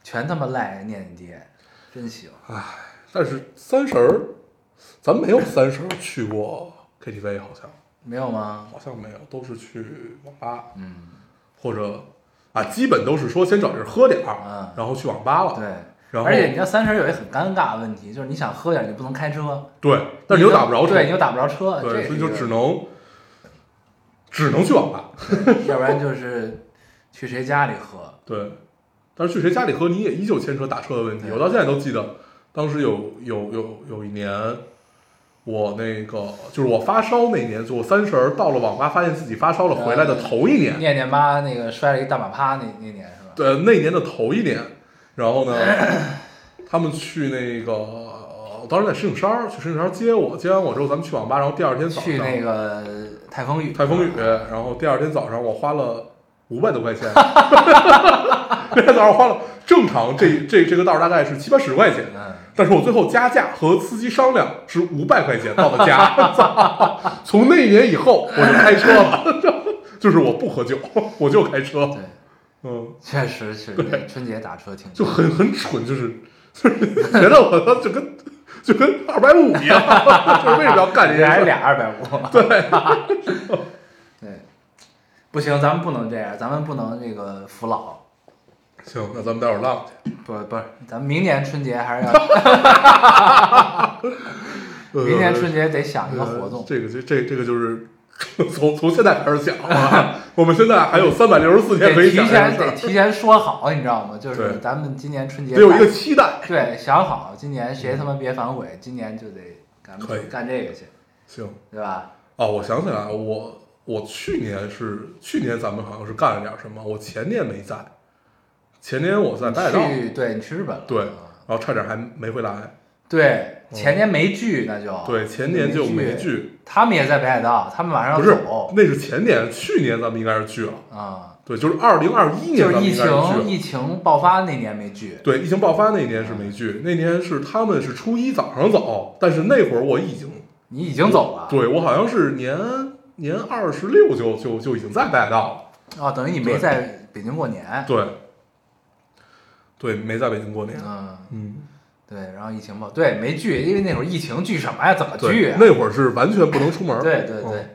Speaker 1: 全他妈赖念念爹，真行。
Speaker 3: 但是三十儿，咱没有三十儿去过 KTV，好像
Speaker 1: 没有吗？
Speaker 3: 好像没有，都是去网吧
Speaker 1: 嗯，
Speaker 3: 或者啊，基本都是说先找地儿喝点儿，
Speaker 1: 嗯
Speaker 3: 然后去网吧了。
Speaker 1: 对。
Speaker 3: 啊然后
Speaker 1: 而且你知道三十有一个很尴尬的问题，就是你想喝点儿，你不能开车，
Speaker 3: 对，但是你又打不着车，
Speaker 1: 对，你又打不着车，这
Speaker 3: 对，所以
Speaker 1: 是
Speaker 3: 就
Speaker 1: 一个
Speaker 3: 只能只能去网吧。
Speaker 1: 要不然就是去谁家里
Speaker 3: <laughs>
Speaker 1: 喝，
Speaker 3: 对，但是去谁家里喝，你也依旧牵扯打车的问题。
Speaker 1: 对
Speaker 3: 我到现在都记得，当时有有有有一年，我那个就是我发烧那年，就我三十儿到了网吧，发现自己发烧了，回来
Speaker 1: 嗯
Speaker 3: 的头一年，
Speaker 1: 念念妈那个摔了一大马趴那那年是吧？
Speaker 3: 对，那年的头一年，然后呢，他们去那个，我当时在石景山儿，去石景山儿接我，接完我之后，咱们去网吧，然后第二天早上
Speaker 1: 去那个泰丰雨，
Speaker 3: 台风雨，然后第二天早上我花了五百多
Speaker 1: <laughs>
Speaker 3: 块钱，那天早上花了正常这这这个道儿大概是七八十块钱，
Speaker 1: 嗯，
Speaker 3: 但是我最后加价和司机商量是五百块钱到的
Speaker 1: <laughs>
Speaker 3: 家。从那一年以后我就开车了， <laughs> 就是我不喝酒，我就开车，
Speaker 1: 对，
Speaker 3: 嗯，
Speaker 1: 确实是那春节打车挺
Speaker 3: 就很很蠢，就是就是觉得我就跟就跟二百五一样， <laughs> 就是啊为什么要干这
Speaker 1: 人
Speaker 3: 件
Speaker 1: 还
Speaker 3: 事？
Speaker 1: 俩二百
Speaker 3: <laughs>
Speaker 1: 五，对， <laughs> 对，不行，咱们不能这样，咱们不能这个服老，
Speaker 3: 行，那咱们待会儿浪去。
Speaker 1: 不不是，咱们明年春节还是
Speaker 3: <laughs>
Speaker 1: 要，明年春节得想一个活动
Speaker 3: 呃，这个这这这个就是 <laughs> 从从现在开始想啊，我们现在还有三百六十四天可
Speaker 1: 得
Speaker 3: 以
Speaker 1: 提
Speaker 3: 想
Speaker 1: 前
Speaker 3: 这件事
Speaker 1: 得
Speaker 3: 儿，
Speaker 1: 提前说好，你知道吗？就是
Speaker 3: 对
Speaker 1: 咱们今年春节
Speaker 3: 得有一
Speaker 1: 干
Speaker 3: 个期待。
Speaker 1: 对，想好今年谁他妈别反悔，今年就得咱们
Speaker 3: 可以
Speaker 1: 就干这个去，
Speaker 3: 行
Speaker 1: 对吧？
Speaker 3: 啊，我想起来了，我我去年是去年咱们好像是干了点什么，我前年没在，前年我在大道，
Speaker 1: 去，啊对你去日本了，啊
Speaker 3: 对，然后差点还没回来，
Speaker 1: 对，前年没聚，那就
Speaker 3: 嗯对，前年就没
Speaker 1: 聚，
Speaker 3: 聚，
Speaker 1: 他们也在北海道，他们晚上
Speaker 3: 不
Speaker 1: 要
Speaker 3: 是
Speaker 1: 走，
Speaker 3: 那是前年，去年咱们应该是聚了，
Speaker 1: 啊，
Speaker 3: 对，就是二零二一年
Speaker 1: 就
Speaker 3: 咱
Speaker 1: 是
Speaker 3: 们
Speaker 1: 疫
Speaker 3: 应该是聚
Speaker 1: 情
Speaker 3: 了。
Speaker 1: 疫情爆发那年没聚，
Speaker 3: 对，疫情爆发那年是没聚，那年是他们是初一早上走，但是那会儿我已经
Speaker 1: 你已经走了，
Speaker 3: 对我好像是年年二十六就就就已经在北海道了，
Speaker 1: 啊，等于你没
Speaker 3: 对
Speaker 1: 在北京过年，
Speaker 3: 对，对，没在北京过年，
Speaker 1: 嗯，
Speaker 3: 嗯，
Speaker 1: 对，然后疫情爆，对，没聚，因为那会儿疫情聚什么呀？怎么聚
Speaker 3: 对，
Speaker 1: 啊？
Speaker 3: 那会儿是完全不能出门儿，
Speaker 1: 对对
Speaker 3: 嗯
Speaker 1: 对，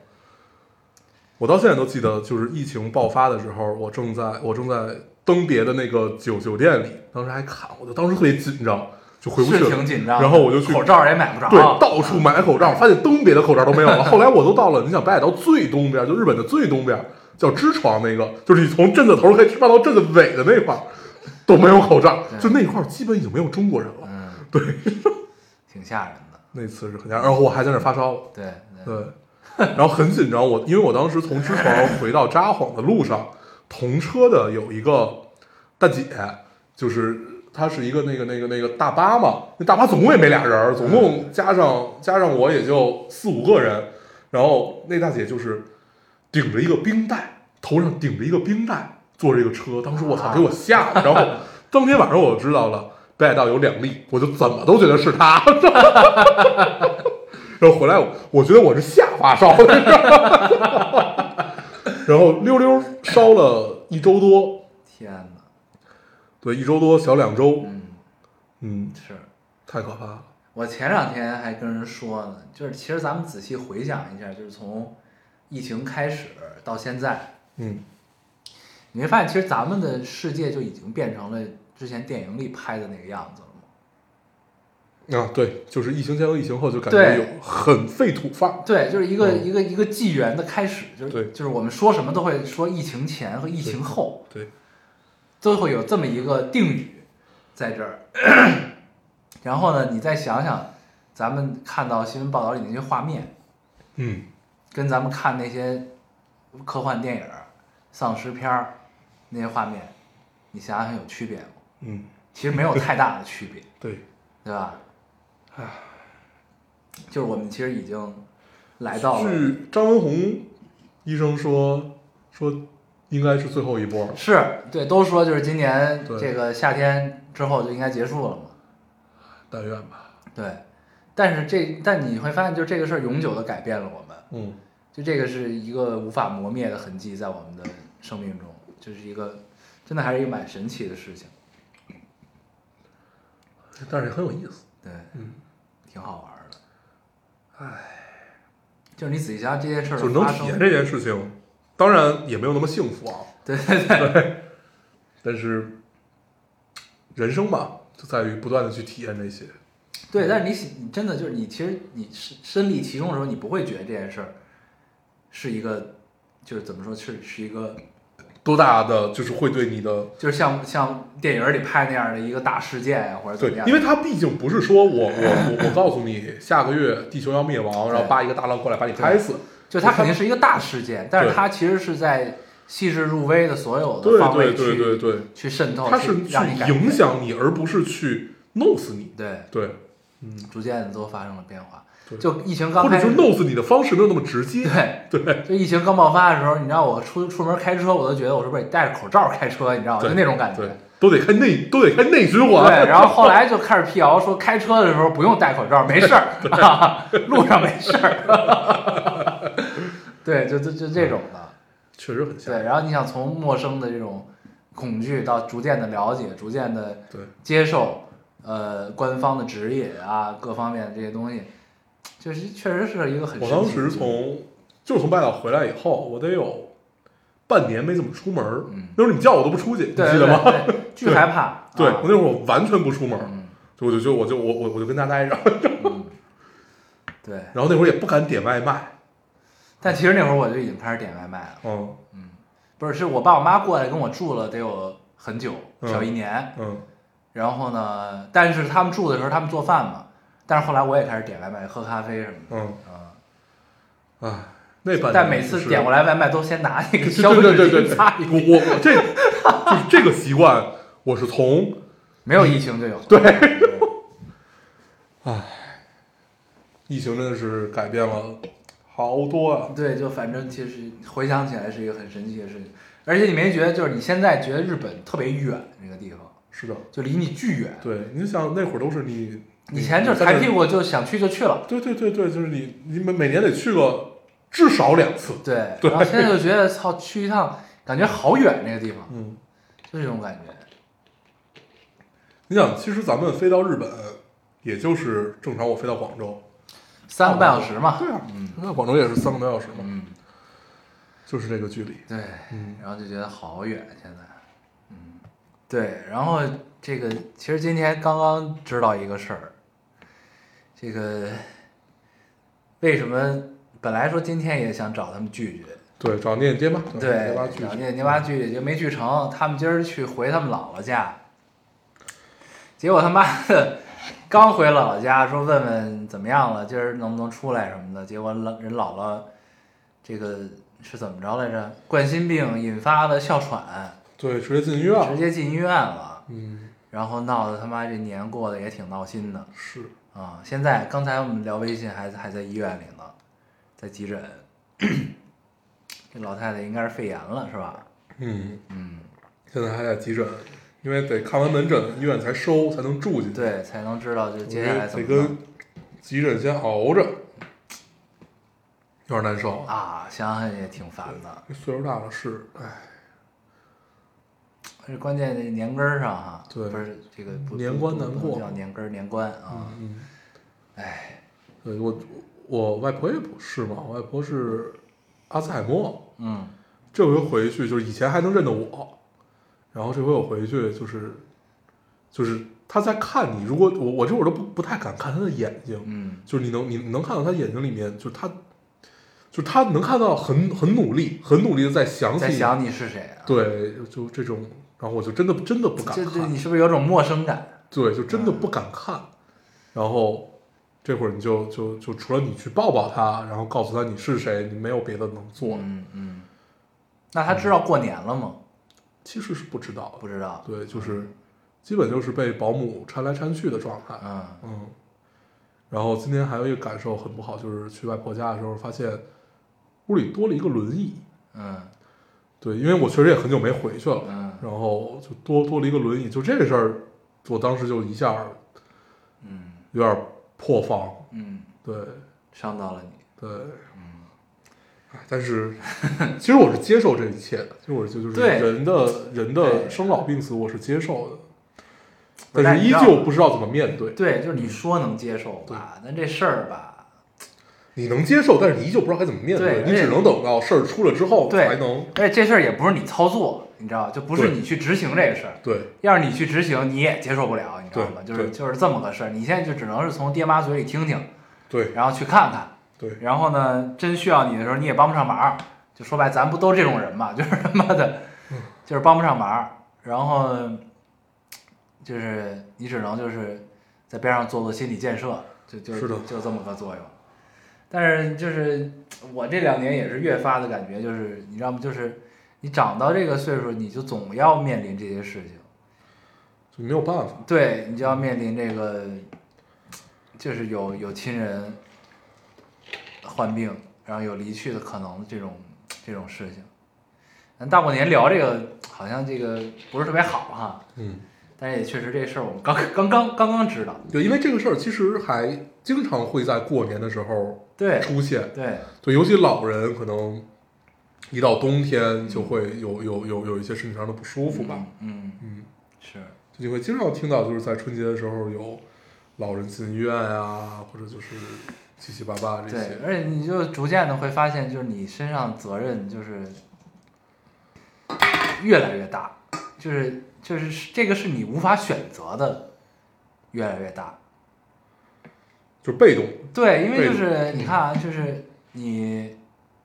Speaker 3: 我到现在都记得，就是疫情爆发的时候，我正在我正在登别的那个酒酒店里，当时还看，我就当时特别紧张，就回不去
Speaker 1: 是挺
Speaker 3: 了，
Speaker 1: 紧张的，
Speaker 3: 然后我就去
Speaker 1: 口罩也买不着，
Speaker 3: 对，到处买口罩，发现东北的口罩都没有了。后来我都到了，你想北海道最东边，就日本的最东边，叫支床那个，就是你从镇子头可以吃饭到镇子尾的那块儿都没有口罩，就那块儿基本已经没有中国人了。
Speaker 1: 嗯，
Speaker 3: <laughs> 对，
Speaker 1: 挺吓人的，
Speaker 3: 那次是很吓人，然后我还在那儿发烧了，
Speaker 1: 对对
Speaker 3: 对，然后很紧张。我因为我当时从支床回到札幌的路上，同车的有一个大姐，就是她是一个那个那个那个大巴嘛，那大巴总共也没俩人儿，总共加上加上我也就四五个人，然后那大姐就是顶着一个冰袋，头上顶着一个冰袋坐着一个车，当时我操
Speaker 1: 啊
Speaker 3: 给我吓的，然后当天晚上我就知道了。北海道有两例，我就怎么都觉得是她。 <laughs> 然后回来我，我觉得我是下发烧的， <laughs> 然后溜溜烧了一周多，
Speaker 1: 天哪，
Speaker 3: 对，一周多小两周，
Speaker 1: 嗯，
Speaker 3: 嗯，
Speaker 1: 是
Speaker 3: 太可怕了，
Speaker 1: 我前两天还跟人说呢，就是其实咱们仔细回想一下，就是从疫情开始到现在，
Speaker 3: 嗯，
Speaker 1: 你会发现其实咱们的世界就已经变成了之前电影里拍的那个样子了嘛。
Speaker 3: 啊，对，就是疫情前和疫情后就感觉
Speaker 1: 对
Speaker 3: 有很废土范儿，
Speaker 1: 对，就是一个、
Speaker 3: 嗯
Speaker 1: 一个一个纪元的开始，就是
Speaker 3: 对
Speaker 1: 就是我们说什么都会说疫情前和疫情后，
Speaker 3: 对，
Speaker 1: 都会有这么一个定语在这儿。 <coughs> 然后呢，你再想想咱们看到新闻报道里那些画面，
Speaker 3: 嗯
Speaker 1: 跟咱们看那些科幻电影儿、丧尸片儿那些画面，你想想有区别吗？
Speaker 3: 嗯，
Speaker 1: 其实没有太大的区别，
Speaker 3: 对，
Speaker 1: 对吧？就是我们其实已经来到了。
Speaker 3: 据张文宏医生说，说应该是最后一波了，
Speaker 1: 是对，都说就是今年
Speaker 3: 对
Speaker 1: 这个夏天之后就应该结束了嘛。
Speaker 3: 但愿吧，
Speaker 1: 对，但是这但你会发现，就这个事儿永久的改变了我们，
Speaker 3: 嗯，
Speaker 1: 就这个是一个无法磨灭的痕迹在我们的生命中，就是一个真的还是一个蛮神奇的事情，
Speaker 3: 但是也很有意思，
Speaker 1: 对，
Speaker 3: 嗯，
Speaker 1: 挺好玩儿的。唉，就是你仔细想想这件事儿
Speaker 3: 就是
Speaker 1: 的
Speaker 3: 能
Speaker 1: 发
Speaker 3: 体验
Speaker 1: 生，
Speaker 3: 这件事情，当然也没有那么幸福啊，
Speaker 1: <laughs> 对对对，
Speaker 3: 但是人生吧，就在于不断的去体验这些。
Speaker 1: 对，
Speaker 3: 嗯
Speaker 1: 但是你喜你真的就是你，其实你身身历其中的时候，你不会觉得这件事儿是一个，就是怎么说，是是一个，
Speaker 3: 多大的就是会对你的
Speaker 1: 就是像像电影里拍那样的一个大事件啊呀，或者怎
Speaker 3: 对
Speaker 1: 么，样。
Speaker 3: 因为它毕竟不是说我我我我告诉你下个月地球要灭亡，然后
Speaker 1: 对
Speaker 3: 扒一个大浪过来把你拍死，
Speaker 1: 就它肯定是一个大事件，但是
Speaker 3: 对
Speaker 1: 它其实是在细致入微的所有
Speaker 3: 对
Speaker 1: 的方
Speaker 3: 对
Speaker 1: 位去
Speaker 3: 对对对，
Speaker 1: 去渗透，
Speaker 3: 它是
Speaker 1: 去
Speaker 3: 去
Speaker 1: 让你感
Speaker 3: 影
Speaker 1: 觉，
Speaker 3: 响你，而不是去弄死你。
Speaker 1: 对，
Speaker 3: 对，嗯，
Speaker 1: 逐渐的都发生了变化
Speaker 3: 对。
Speaker 1: 就疫情刚
Speaker 3: 或者
Speaker 1: 开
Speaker 3: 就
Speaker 1: 始，
Speaker 3: 弄死你的方式没有那么直接。
Speaker 1: 对对， <laughs> 就疫情刚爆发的时候，你知道我出出门开车，我都觉得我是不是得戴着口罩开车，你知道吗？
Speaker 3: 对
Speaker 1: 就那种感觉。
Speaker 3: 对，都得开内都得开内循环。
Speaker 1: 对，然后后来就开始辟谣，说开车的时候不用戴口罩，没事儿，啊、路上没事儿。 <laughs> 对，就就就这种的。
Speaker 3: 嗯确实很吓
Speaker 1: 对，
Speaker 3: 人。
Speaker 1: 然后你想从陌生的这种恐惧到逐渐的了解，逐渐的
Speaker 3: 对
Speaker 1: 接受，呃，官方的指引啊，各方面的这些东西，就是确实是一个很神
Speaker 3: 我
Speaker 1: 奇的经
Speaker 3: 当
Speaker 1: 历。
Speaker 3: 时从就是从拜岛回来以后，我得有半年没怎么出门儿。
Speaker 1: 嗯
Speaker 3: 那会儿你叫我都不出去，你
Speaker 1: 对
Speaker 3: 记得吗？？
Speaker 1: 对对对巨害怕。
Speaker 3: 对
Speaker 1: 啊
Speaker 3: 我那会儿我完全不出门儿，
Speaker 1: 嗯
Speaker 3: 就我就就我就我我我就跟家待着，
Speaker 1: 嗯，对。
Speaker 3: 然后那会儿也不敢点外卖，
Speaker 1: 但其实那会儿我就已经开始点外卖了。
Speaker 3: 嗯
Speaker 1: 不是，是我爸我妈过来跟我住了得有很久，
Speaker 3: 嗯
Speaker 1: 小一年。
Speaker 3: 嗯，
Speaker 1: 然后呢，但是他们住的时候他们做饭嘛，但是后来我也开始点外卖、喝咖啡什么的。
Speaker 3: 嗯，
Speaker 1: 啊、
Speaker 3: 唉，那半
Speaker 1: 但
Speaker 3: 年
Speaker 1: 每次
Speaker 3: 就是
Speaker 1: 点过来外卖都先拿那个
Speaker 3: 对
Speaker 1: 消毒
Speaker 3: 对对
Speaker 1: 纸
Speaker 3: 对
Speaker 1: 巾
Speaker 3: 对，
Speaker 1: 擦一
Speaker 3: 我
Speaker 1: 遍，
Speaker 3: 我我这就是这个习惯，我是从
Speaker 1: 没有疫情就有。对，
Speaker 3: 疫情真的是改变了好多啊，
Speaker 1: 对，就反正其实回想起来是一个很神奇的事情，而且你没觉得就是你现在觉得日本特别远这个地方，
Speaker 3: 是的，
Speaker 1: 就离你巨远，
Speaker 3: 对，你想那会儿都是你
Speaker 1: 以前就是抬屁，股就想去就去了。
Speaker 3: 对对对对，就是你你每每年得去个至少两次，
Speaker 1: 对，然后现在就觉得操，去一趟感觉好远那个地方，
Speaker 3: 嗯，
Speaker 1: 就这种感觉。
Speaker 3: 你想其实咱们飞到日本，也就是正常我飞到广州，
Speaker 1: 三个半小时嘛。
Speaker 3: 对啊，
Speaker 1: 嗯
Speaker 3: 那广州也是三个多小时嘛，
Speaker 1: 嗯，
Speaker 3: 就是这个距离。
Speaker 1: 对，
Speaker 3: 嗯
Speaker 1: 然后就觉得好远现在。嗯，对，然后这个其实今天刚刚知道一个事儿，这个为什么本来说今天也想找他们拒绝，
Speaker 3: 对，找聂爹妈，
Speaker 1: 对
Speaker 3: 聂妈，去
Speaker 1: 找聂泥巴剧也就没聚成，他们今儿去回他们姥姥家，结果他妈的刚回姥姥家，说问问怎么样了，今儿能不能出来什么的，结果老人姥姥这个是怎么着来着？冠心病引发了哮喘，
Speaker 3: 对，直接进医院了
Speaker 1: 直。接进医院了，
Speaker 3: 嗯，
Speaker 1: 然后闹得他妈这年过得也挺闹心的
Speaker 3: 是，
Speaker 1: 啊！现在刚才我们聊微信还还在医院里呢，在急诊， <coughs> 这老太太应该是肺炎了是吧？
Speaker 3: 嗯，
Speaker 1: 嗯。
Speaker 3: 现在还在急诊，因为得看完门诊，医院才收，才能住进去。
Speaker 1: 对，才能知道就
Speaker 3: 我
Speaker 1: 接
Speaker 3: 觉
Speaker 1: 下
Speaker 3: 得
Speaker 1: 来怎么
Speaker 3: 得跟急诊先熬着，有点难受
Speaker 1: 弄。啊，想想也挺烦的。
Speaker 3: 岁数大了是，哎，
Speaker 1: 这关键这年根儿上哈，
Speaker 3: 对
Speaker 1: 不是这个不
Speaker 3: 年关难
Speaker 1: 不
Speaker 3: 过
Speaker 1: 不能叫年根儿年关啊，
Speaker 3: 嗯，
Speaker 1: 哎，
Speaker 3: 对我我外婆也不是嘛，我外婆是阿兹海默，
Speaker 1: 嗯
Speaker 3: 这回回去就是以前还能认得我，然后这回我回去就是就是她在看你，如果我我这会儿都不不太敢看她的眼睛，
Speaker 1: 嗯
Speaker 3: 就是你能你能看到他眼睛里面，就是他，就是他能看到很很努力，很努力的在想
Speaker 1: 在
Speaker 3: 起，
Speaker 1: 想你是谁啊？
Speaker 3: 对，就这种，然后我就真的真的不敢
Speaker 1: 这这
Speaker 3: 看，
Speaker 1: 你是嗯不是有种陌生感？
Speaker 3: 对，就真的不敢看。然后这会儿你就就就除了你去抱抱他，然后告诉他你是谁，你没有别的能做，
Speaker 1: 嗯嗯。那他知道过年了吗？
Speaker 3: 其实是不知道
Speaker 1: 不
Speaker 3: 的，
Speaker 1: 知道。
Speaker 3: 对，就是基本就是被保姆搀来搀去的状态，
Speaker 1: 嗯
Speaker 3: 嗯，然后今天还有一个感受很不好，就是去外婆家的时候发现屋里多了一个轮椅。
Speaker 1: 嗯
Speaker 3: 对，因为我确实也很久没回去了，
Speaker 1: 嗯
Speaker 3: 然后就多多了一个轮椅，就这个事儿，我当时就一下
Speaker 1: 嗯
Speaker 3: 有点破防。
Speaker 1: 嗯，
Speaker 3: 对
Speaker 1: 伤到了你。
Speaker 3: 对，哎嗯但是其实我是接受这一切的，其实我就就是
Speaker 1: 对
Speaker 3: 人的人的
Speaker 1: 对
Speaker 3: 生老病死我是接受的，
Speaker 1: 不是
Speaker 3: 但是
Speaker 1: 你
Speaker 3: 依
Speaker 1: 知道
Speaker 3: 旧不知道怎么面对。
Speaker 1: 对，就是你说能接受吧，但这事儿吧，
Speaker 3: 你能接受，但是你依旧不知道该怎么面
Speaker 1: 对
Speaker 3: 你只
Speaker 1: 对
Speaker 3: 能等到事儿出了之后
Speaker 1: 对
Speaker 3: 才能
Speaker 1: 而且哎这事儿也不是你操作，你知道，就不是
Speaker 3: 对
Speaker 1: 你去执行这个事儿。
Speaker 3: 对
Speaker 1: 要是你去执行，你也接受不了，你知道吗？就
Speaker 3: 对
Speaker 1: 是
Speaker 3: 对
Speaker 1: 就是这么个事儿。你现在就只能是从爹妈嘴里听听，
Speaker 3: 对
Speaker 1: 然后去看看，
Speaker 3: 对
Speaker 1: 然后呢，真需要你的时候你也帮不上忙。就说白，哎咱不都这种人嘛，就是他妈的，
Speaker 3: 嗯
Speaker 1: 就是帮不上忙。然后就是你只能就是在边上做做心理建设，就就是
Speaker 3: 的
Speaker 1: 就这么个作用。但是就是我这两年也是越发的感觉，就是你知道吗？就是你长到这个岁数，你就总要面临这些事情。
Speaker 3: 就没有办法。
Speaker 1: 对你就要面临这个，就是有有亲人患病，然后有离去的可能的这种这种事情。咱大过年聊这个，好像这个不是特别好哈，
Speaker 3: 嗯，
Speaker 1: 但是也确实这事儿我们刚刚刚刚刚知道。
Speaker 3: 对，因为这个事儿其实还经常会在过年的时候
Speaker 1: 对
Speaker 3: 出现，
Speaker 1: 对，
Speaker 3: 对，尤其老人可能一到冬天就会有有有有一些身体上的不舒服吧，
Speaker 1: 嗯，嗯
Speaker 3: 嗯，
Speaker 1: 是，
Speaker 3: 就你会经常听到就是在春节的时候有老人进医院啊，或者就是七七八八这
Speaker 1: 对
Speaker 3: 些，，
Speaker 1: 而且你就逐渐的会发现，就是你身上责任就是越来越大，就是就是这个是你无法选择的，越来越大。
Speaker 3: 就是被动，
Speaker 1: 对，因为
Speaker 3: 对
Speaker 1: 就是你看啊，就是你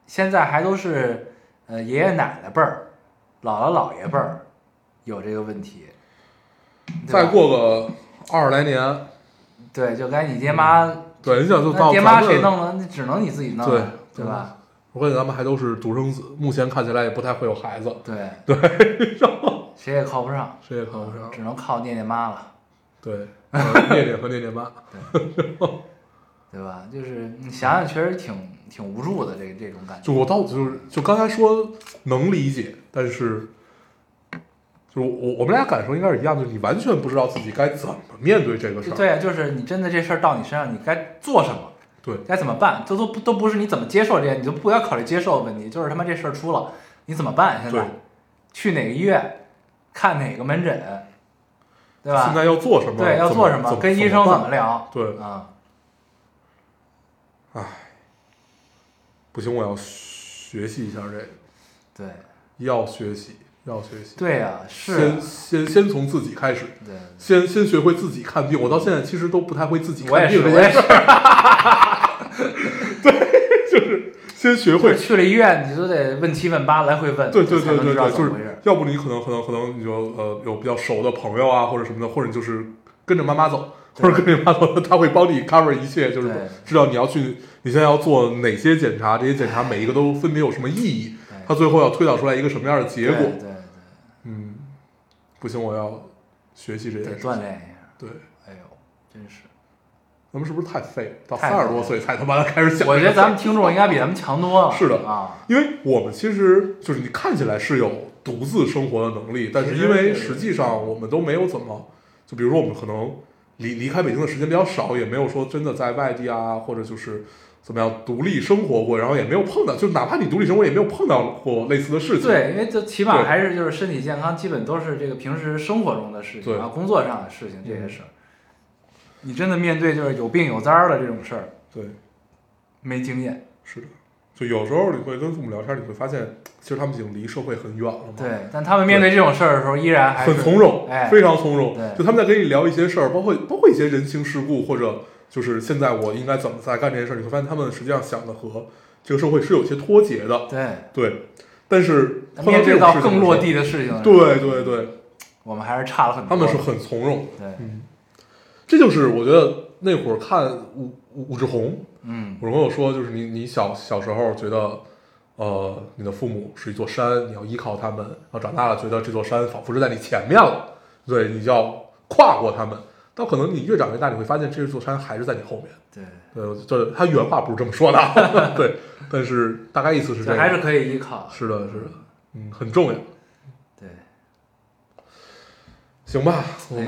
Speaker 1: 现在还都是呃爷爷奶奶辈儿、姥姥姥爷辈儿有这个问题，对吧
Speaker 3: 再过个二十来年，
Speaker 1: 对就该你爹妈，
Speaker 3: 对，你想就
Speaker 1: 那
Speaker 3: 嗯到
Speaker 1: 爹妈
Speaker 3: 咱
Speaker 1: 谁
Speaker 3: 们，
Speaker 1: 弄了？那只能你自己弄
Speaker 3: 对
Speaker 1: 了，对吧？
Speaker 3: 我感觉咱们还都是独生子，目前看起来也不太会有孩子，
Speaker 1: 对
Speaker 3: <laughs>
Speaker 1: 对，谁也靠不上，
Speaker 3: 谁也看不上
Speaker 1: 只，能靠念念妈了， <laughs>
Speaker 3: 对，呃念念和念念妈，
Speaker 1: 对吧？就是你想想，确实挺挺无助的，这这种感觉。
Speaker 3: 就我到就是就刚才说能理解，但是就是我我们俩感受应该是一样，就是你完全不知道自己该怎么面对这个事儿。
Speaker 1: 对，啊就是你真的这事儿到你身上，你该做什么？
Speaker 3: 对
Speaker 1: 该怎么办？这都不都不是你怎么接受这些，你就不要考虑接受的问题，就是他妈这事儿出了，你怎么办？现
Speaker 3: 对
Speaker 1: 在去哪个医院，看哪个门诊，对吧
Speaker 3: 现？在要做什么？
Speaker 1: 对，要
Speaker 3: 怎
Speaker 1: 做什
Speaker 3: 么？怎
Speaker 1: 跟医生怎
Speaker 3: 怎么
Speaker 1: 么
Speaker 3: 办
Speaker 1: 聊？
Speaker 3: 对
Speaker 1: 啊，
Speaker 3: 不行，我要学习一下这个，
Speaker 1: 对
Speaker 3: 要学习，要学习。
Speaker 1: 对呀、是啊
Speaker 3: 先，先先从自己开始，
Speaker 1: 对，
Speaker 3: 先先学会自己看病。我到现在其实都不太会自己
Speaker 1: 我也
Speaker 3: 看
Speaker 1: 是，
Speaker 3: 病
Speaker 1: 我
Speaker 3: 这件
Speaker 1: 也
Speaker 3: 事
Speaker 1: 是
Speaker 3: 儿，，就是先学
Speaker 1: 就
Speaker 3: 会
Speaker 1: 是去了医院，你都得问七问八，来回问，
Speaker 3: 对对
Speaker 1: 才
Speaker 3: 对
Speaker 1: 能
Speaker 3: 对
Speaker 1: 知道
Speaker 3: 对，
Speaker 1: 怎
Speaker 3: 就
Speaker 1: 么回事
Speaker 3: 是。要不你可能可能可能你就呃有比较熟的朋友啊或者什么的，或者你就是跟着妈妈走，或者跟着妈妈走，他会帮你 cover 一切，就是
Speaker 1: 对
Speaker 3: 知道你要去你现在要做哪些检查，这些检查每一个都分别有什么意义，他最后要推导出来一个什么样的结果
Speaker 1: 对。对
Speaker 3: 嗯，不行，我要学习这
Speaker 1: 对，
Speaker 3: 件
Speaker 1: 得
Speaker 3: 事情。
Speaker 1: 锻炼一下。
Speaker 3: 对，
Speaker 1: 哎呦，真是，
Speaker 3: 咱们是不是太废了？到
Speaker 1: 太
Speaker 3: 三十多
Speaker 1: 废
Speaker 3: 岁才他妈的开始想这个事儿。
Speaker 1: 我觉得咱们听众应该比咱们强多了。
Speaker 3: 是的
Speaker 1: 啊，
Speaker 3: 因为我们其实就是你看起来是有独自生活的能力，但是因为实际上我们都没有怎么，就比如说我们可能离离开北京的时间比较少，也没有说真的在外地啊，或者就是怎么样独立生活过，然后也没有碰到，就哪怕你独立生活也没有碰到过类似的事情。
Speaker 1: 对，因为这起码
Speaker 3: 对
Speaker 1: 还是就是身体健康，基本都是这个平时生活中的事情，
Speaker 3: 对嗯
Speaker 1: 然后工作上的事情这些事儿。你真的面对就是有病有灾儿的这种事儿，
Speaker 3: 对，
Speaker 1: 没经验。
Speaker 3: 是的，就有时候你会跟父母聊天，你会发现其实他们已经离社会很远了嘛。
Speaker 1: 对，但他们面对这种事儿的时候，依然还是
Speaker 3: 嗯很从容，
Speaker 1: 哎，
Speaker 3: 非常从容。
Speaker 1: 对
Speaker 3: 就他们在跟你聊一些事儿，包括包括一些人情世故，或者就是现在我应该怎么在干这件事儿，你会发现他们实际上想的和这个社会是有些脱节的。
Speaker 1: 对，
Speaker 3: 对，但是碰
Speaker 1: 面
Speaker 3: 这
Speaker 1: 对
Speaker 3: 种
Speaker 1: 到
Speaker 3: 事情的时候
Speaker 1: 更落，地的事情的时候，
Speaker 3: 对对对，
Speaker 1: 我们还是差了很
Speaker 3: 他
Speaker 1: 多。
Speaker 3: 们是很从容的。
Speaker 1: 对，
Speaker 3: 嗯，这就是我觉得那会儿看武武武志红，
Speaker 1: 嗯，
Speaker 3: 武志红有说，就是你你小小时候觉得。呃，你的父母是一座山，你要依靠他们。然后长大了，觉得这座山仿佛是在你前面了，对，你就要跨过他们。但可能你越长越大，你会发现这座山还是在你后面。
Speaker 1: 对，
Speaker 3: 呃，这他原话不是这么说的 <laughs> 啊，对，但是大概意思是这
Speaker 1: 这
Speaker 3: 样。
Speaker 1: 还是可以依靠。
Speaker 3: 是的，是的，嗯，很重要。
Speaker 1: 对，
Speaker 3: 行吧，我们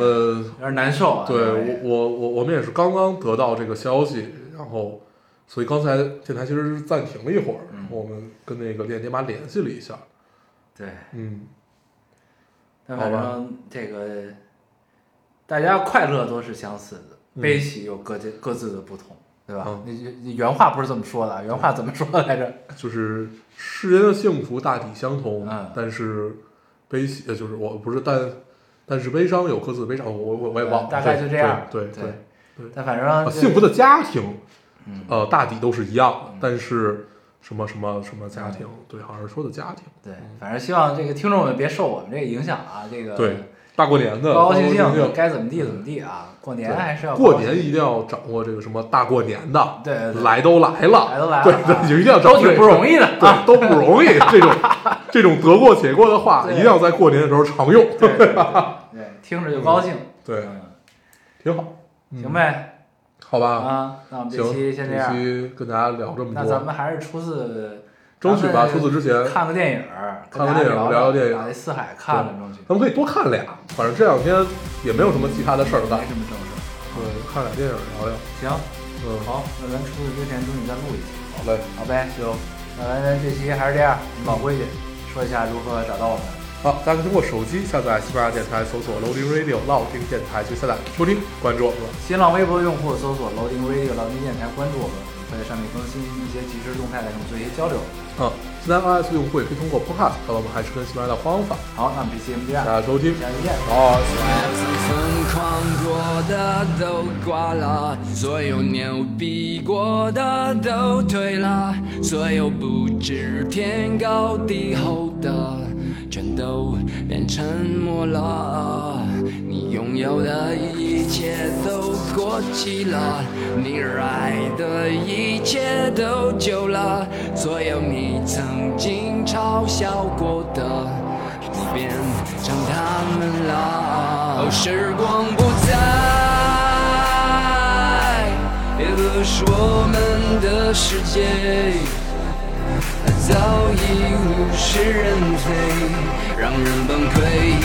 Speaker 1: 有点难受啊。
Speaker 3: 对我我我我们也是刚刚得到这个消息，然后所以刚才电台其实是暂停了一会儿，
Speaker 1: 嗯
Speaker 3: 我们跟那个链接妈联系了一下，
Speaker 1: 对，
Speaker 3: 嗯，
Speaker 1: 但反
Speaker 3: 好
Speaker 1: 正这个大家快乐都是相似的，
Speaker 3: 嗯
Speaker 1: 悲喜有各自各自的不同，对吧
Speaker 3: 嗯？
Speaker 1: 你你原话不是这么说的啊，原话怎么说来着？
Speaker 3: 就是世间的幸福大体相同，
Speaker 1: 嗯
Speaker 3: 但是悲喜呃就是我不是但但是悲伤有各自的悲伤，我我我也忘了，
Speaker 1: 嗯大概
Speaker 3: 对
Speaker 1: 就这样。
Speaker 3: 对对
Speaker 1: 对
Speaker 3: 对，对
Speaker 1: 但反正
Speaker 3: 啊
Speaker 1: 就
Speaker 3: 幸福的家庭
Speaker 1: 嗯，
Speaker 3: 呃大抵都是一样的，但是什么什么什么家庭，
Speaker 1: 嗯
Speaker 3: 对，好像是说的家庭，
Speaker 1: 对，反正希望这个听众们别受我们这个影响啊，这个
Speaker 3: 对，大过年的
Speaker 1: 高高兴
Speaker 3: 兴
Speaker 1: 兴的该怎么地怎么地啊，过年
Speaker 3: 对
Speaker 1: 还是要
Speaker 3: 过
Speaker 1: 高
Speaker 3: 年一定要掌握这个什么大过年的，
Speaker 1: 对对对
Speaker 3: 来都来了，
Speaker 1: 来都来了
Speaker 3: 对
Speaker 1: 啊
Speaker 3: 对，就一定要掌
Speaker 1: 都
Speaker 3: 握这
Speaker 1: 挺
Speaker 3: 个
Speaker 1: 不容易的啊。
Speaker 3: 对，都不容易。这种
Speaker 1: <laughs>
Speaker 3: 这种得过且过的话，
Speaker 1: 对
Speaker 3: 一定要在过年的时候常用，
Speaker 1: 对对对对，对听着就高兴。
Speaker 3: 对，
Speaker 1: 嗯，
Speaker 3: 挺好，嗯
Speaker 1: 行，呗
Speaker 3: 好吧，
Speaker 1: 啊，那我们
Speaker 3: 行
Speaker 1: 这，期先这
Speaker 3: 这
Speaker 1: 样。
Speaker 3: 期跟大家聊这么
Speaker 1: 那咱
Speaker 3: 多，
Speaker 1: 们还是初四，
Speaker 3: 争取吧，
Speaker 1: 咱
Speaker 3: 初
Speaker 1: 们
Speaker 3: 四之前，
Speaker 1: 看个电影儿，
Speaker 3: 看个电影儿
Speaker 1: 聊
Speaker 3: 聊聊电影儿
Speaker 1: 把这四海看了，争取
Speaker 3: 咱们可以多看俩，反正这两天也没有什么其他的事儿干
Speaker 1: 没，什么正事。
Speaker 3: 对，看俩电影聊聊，
Speaker 1: 行，
Speaker 3: 嗯，
Speaker 1: 好，那咱初四之前争取再录一期，
Speaker 3: 好嘞，
Speaker 1: 好呗？行，那咱这期还是这样，
Speaker 3: 嗯
Speaker 1: 老规矩，说一下如何找到我们。
Speaker 3: 好，大家可以通过手机下载喜马拉雅电台，搜索 Loading Radio 老丁电台去下载收听，关注我们。
Speaker 1: 新浪微博用户搜索 Loading Radio 老丁电台，关注我们，我们会在上面更新一些即时动态，来跟我们做一些交流。
Speaker 3: 啊，现在 iOS 用户也可以通过 Podcast 看到我们还是跟喜马拉雅的方法。
Speaker 1: 好，那我们这期节目这样，
Speaker 3: 大家收听，
Speaker 1: 下期见。
Speaker 3: 好。
Speaker 4: 疯狂过的都挂了，所有牛逼过的都退了，所有不知天高地厚的，全都变沉默了。你拥有的一切都过期了，你热爱的一切都旧了，所有你曾经嘲笑过的。你变成他们了。哦，时光不再，也不是我们的世界，早已物是人非，让人崩溃，也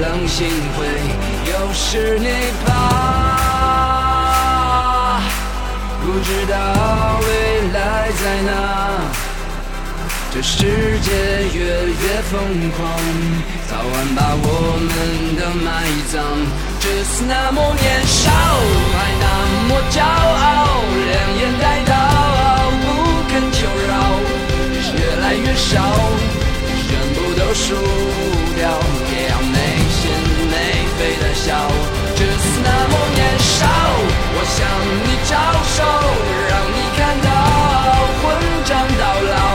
Speaker 4: 冷心灰。有时你怕，不知道未来在哪。这世界越越疯狂，早晚把我们的埋葬。只是那么年少，还那么骄傲，两眼带刀，不肯求饶，越来越少，全部都输掉，也要没心没肺的笑。只是那么年少，我向你招手，让你看到混账到老。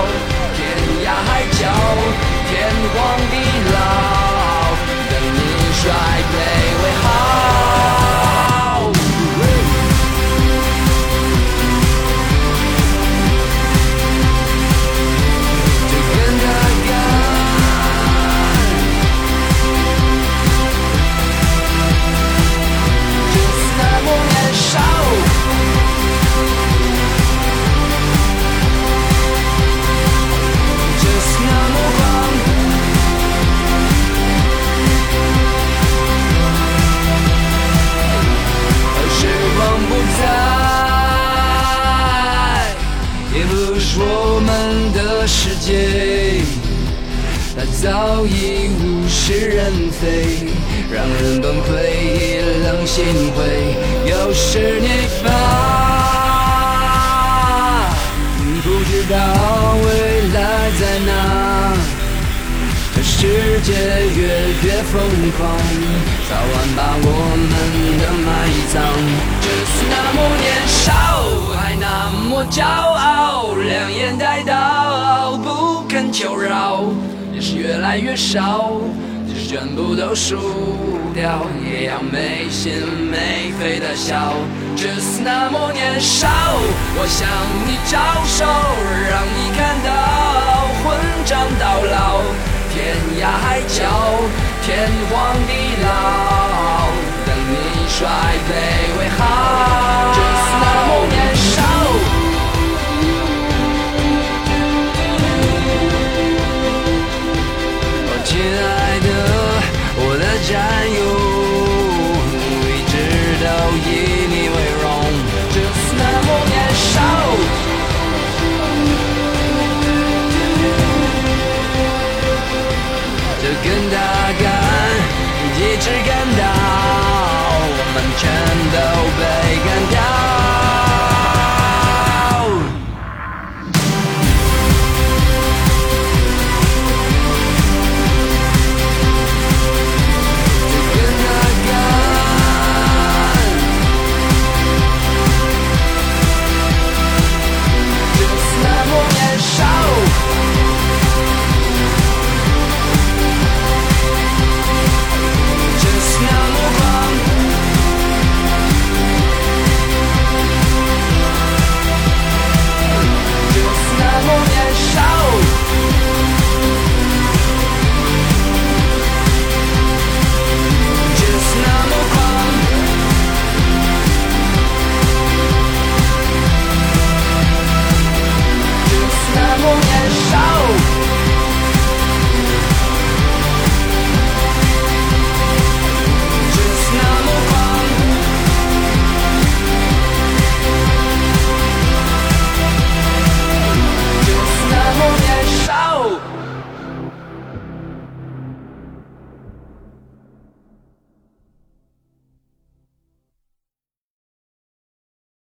Speaker 4: 我们的世界，它早已物是人非，让人崩溃，也让心灰。有时你发，不知道未来在哪。这世界越越疯狂，早晚把我们的埋葬。就是那么年少，还那么骄傲，两眼带刀，不肯求饶，也是越来越少，就是全部都输掉，也要没心没肺的笑。就是那么年少，我向你招手，让你看到混账到老。天涯海角，天荒地老，等你衰微为好。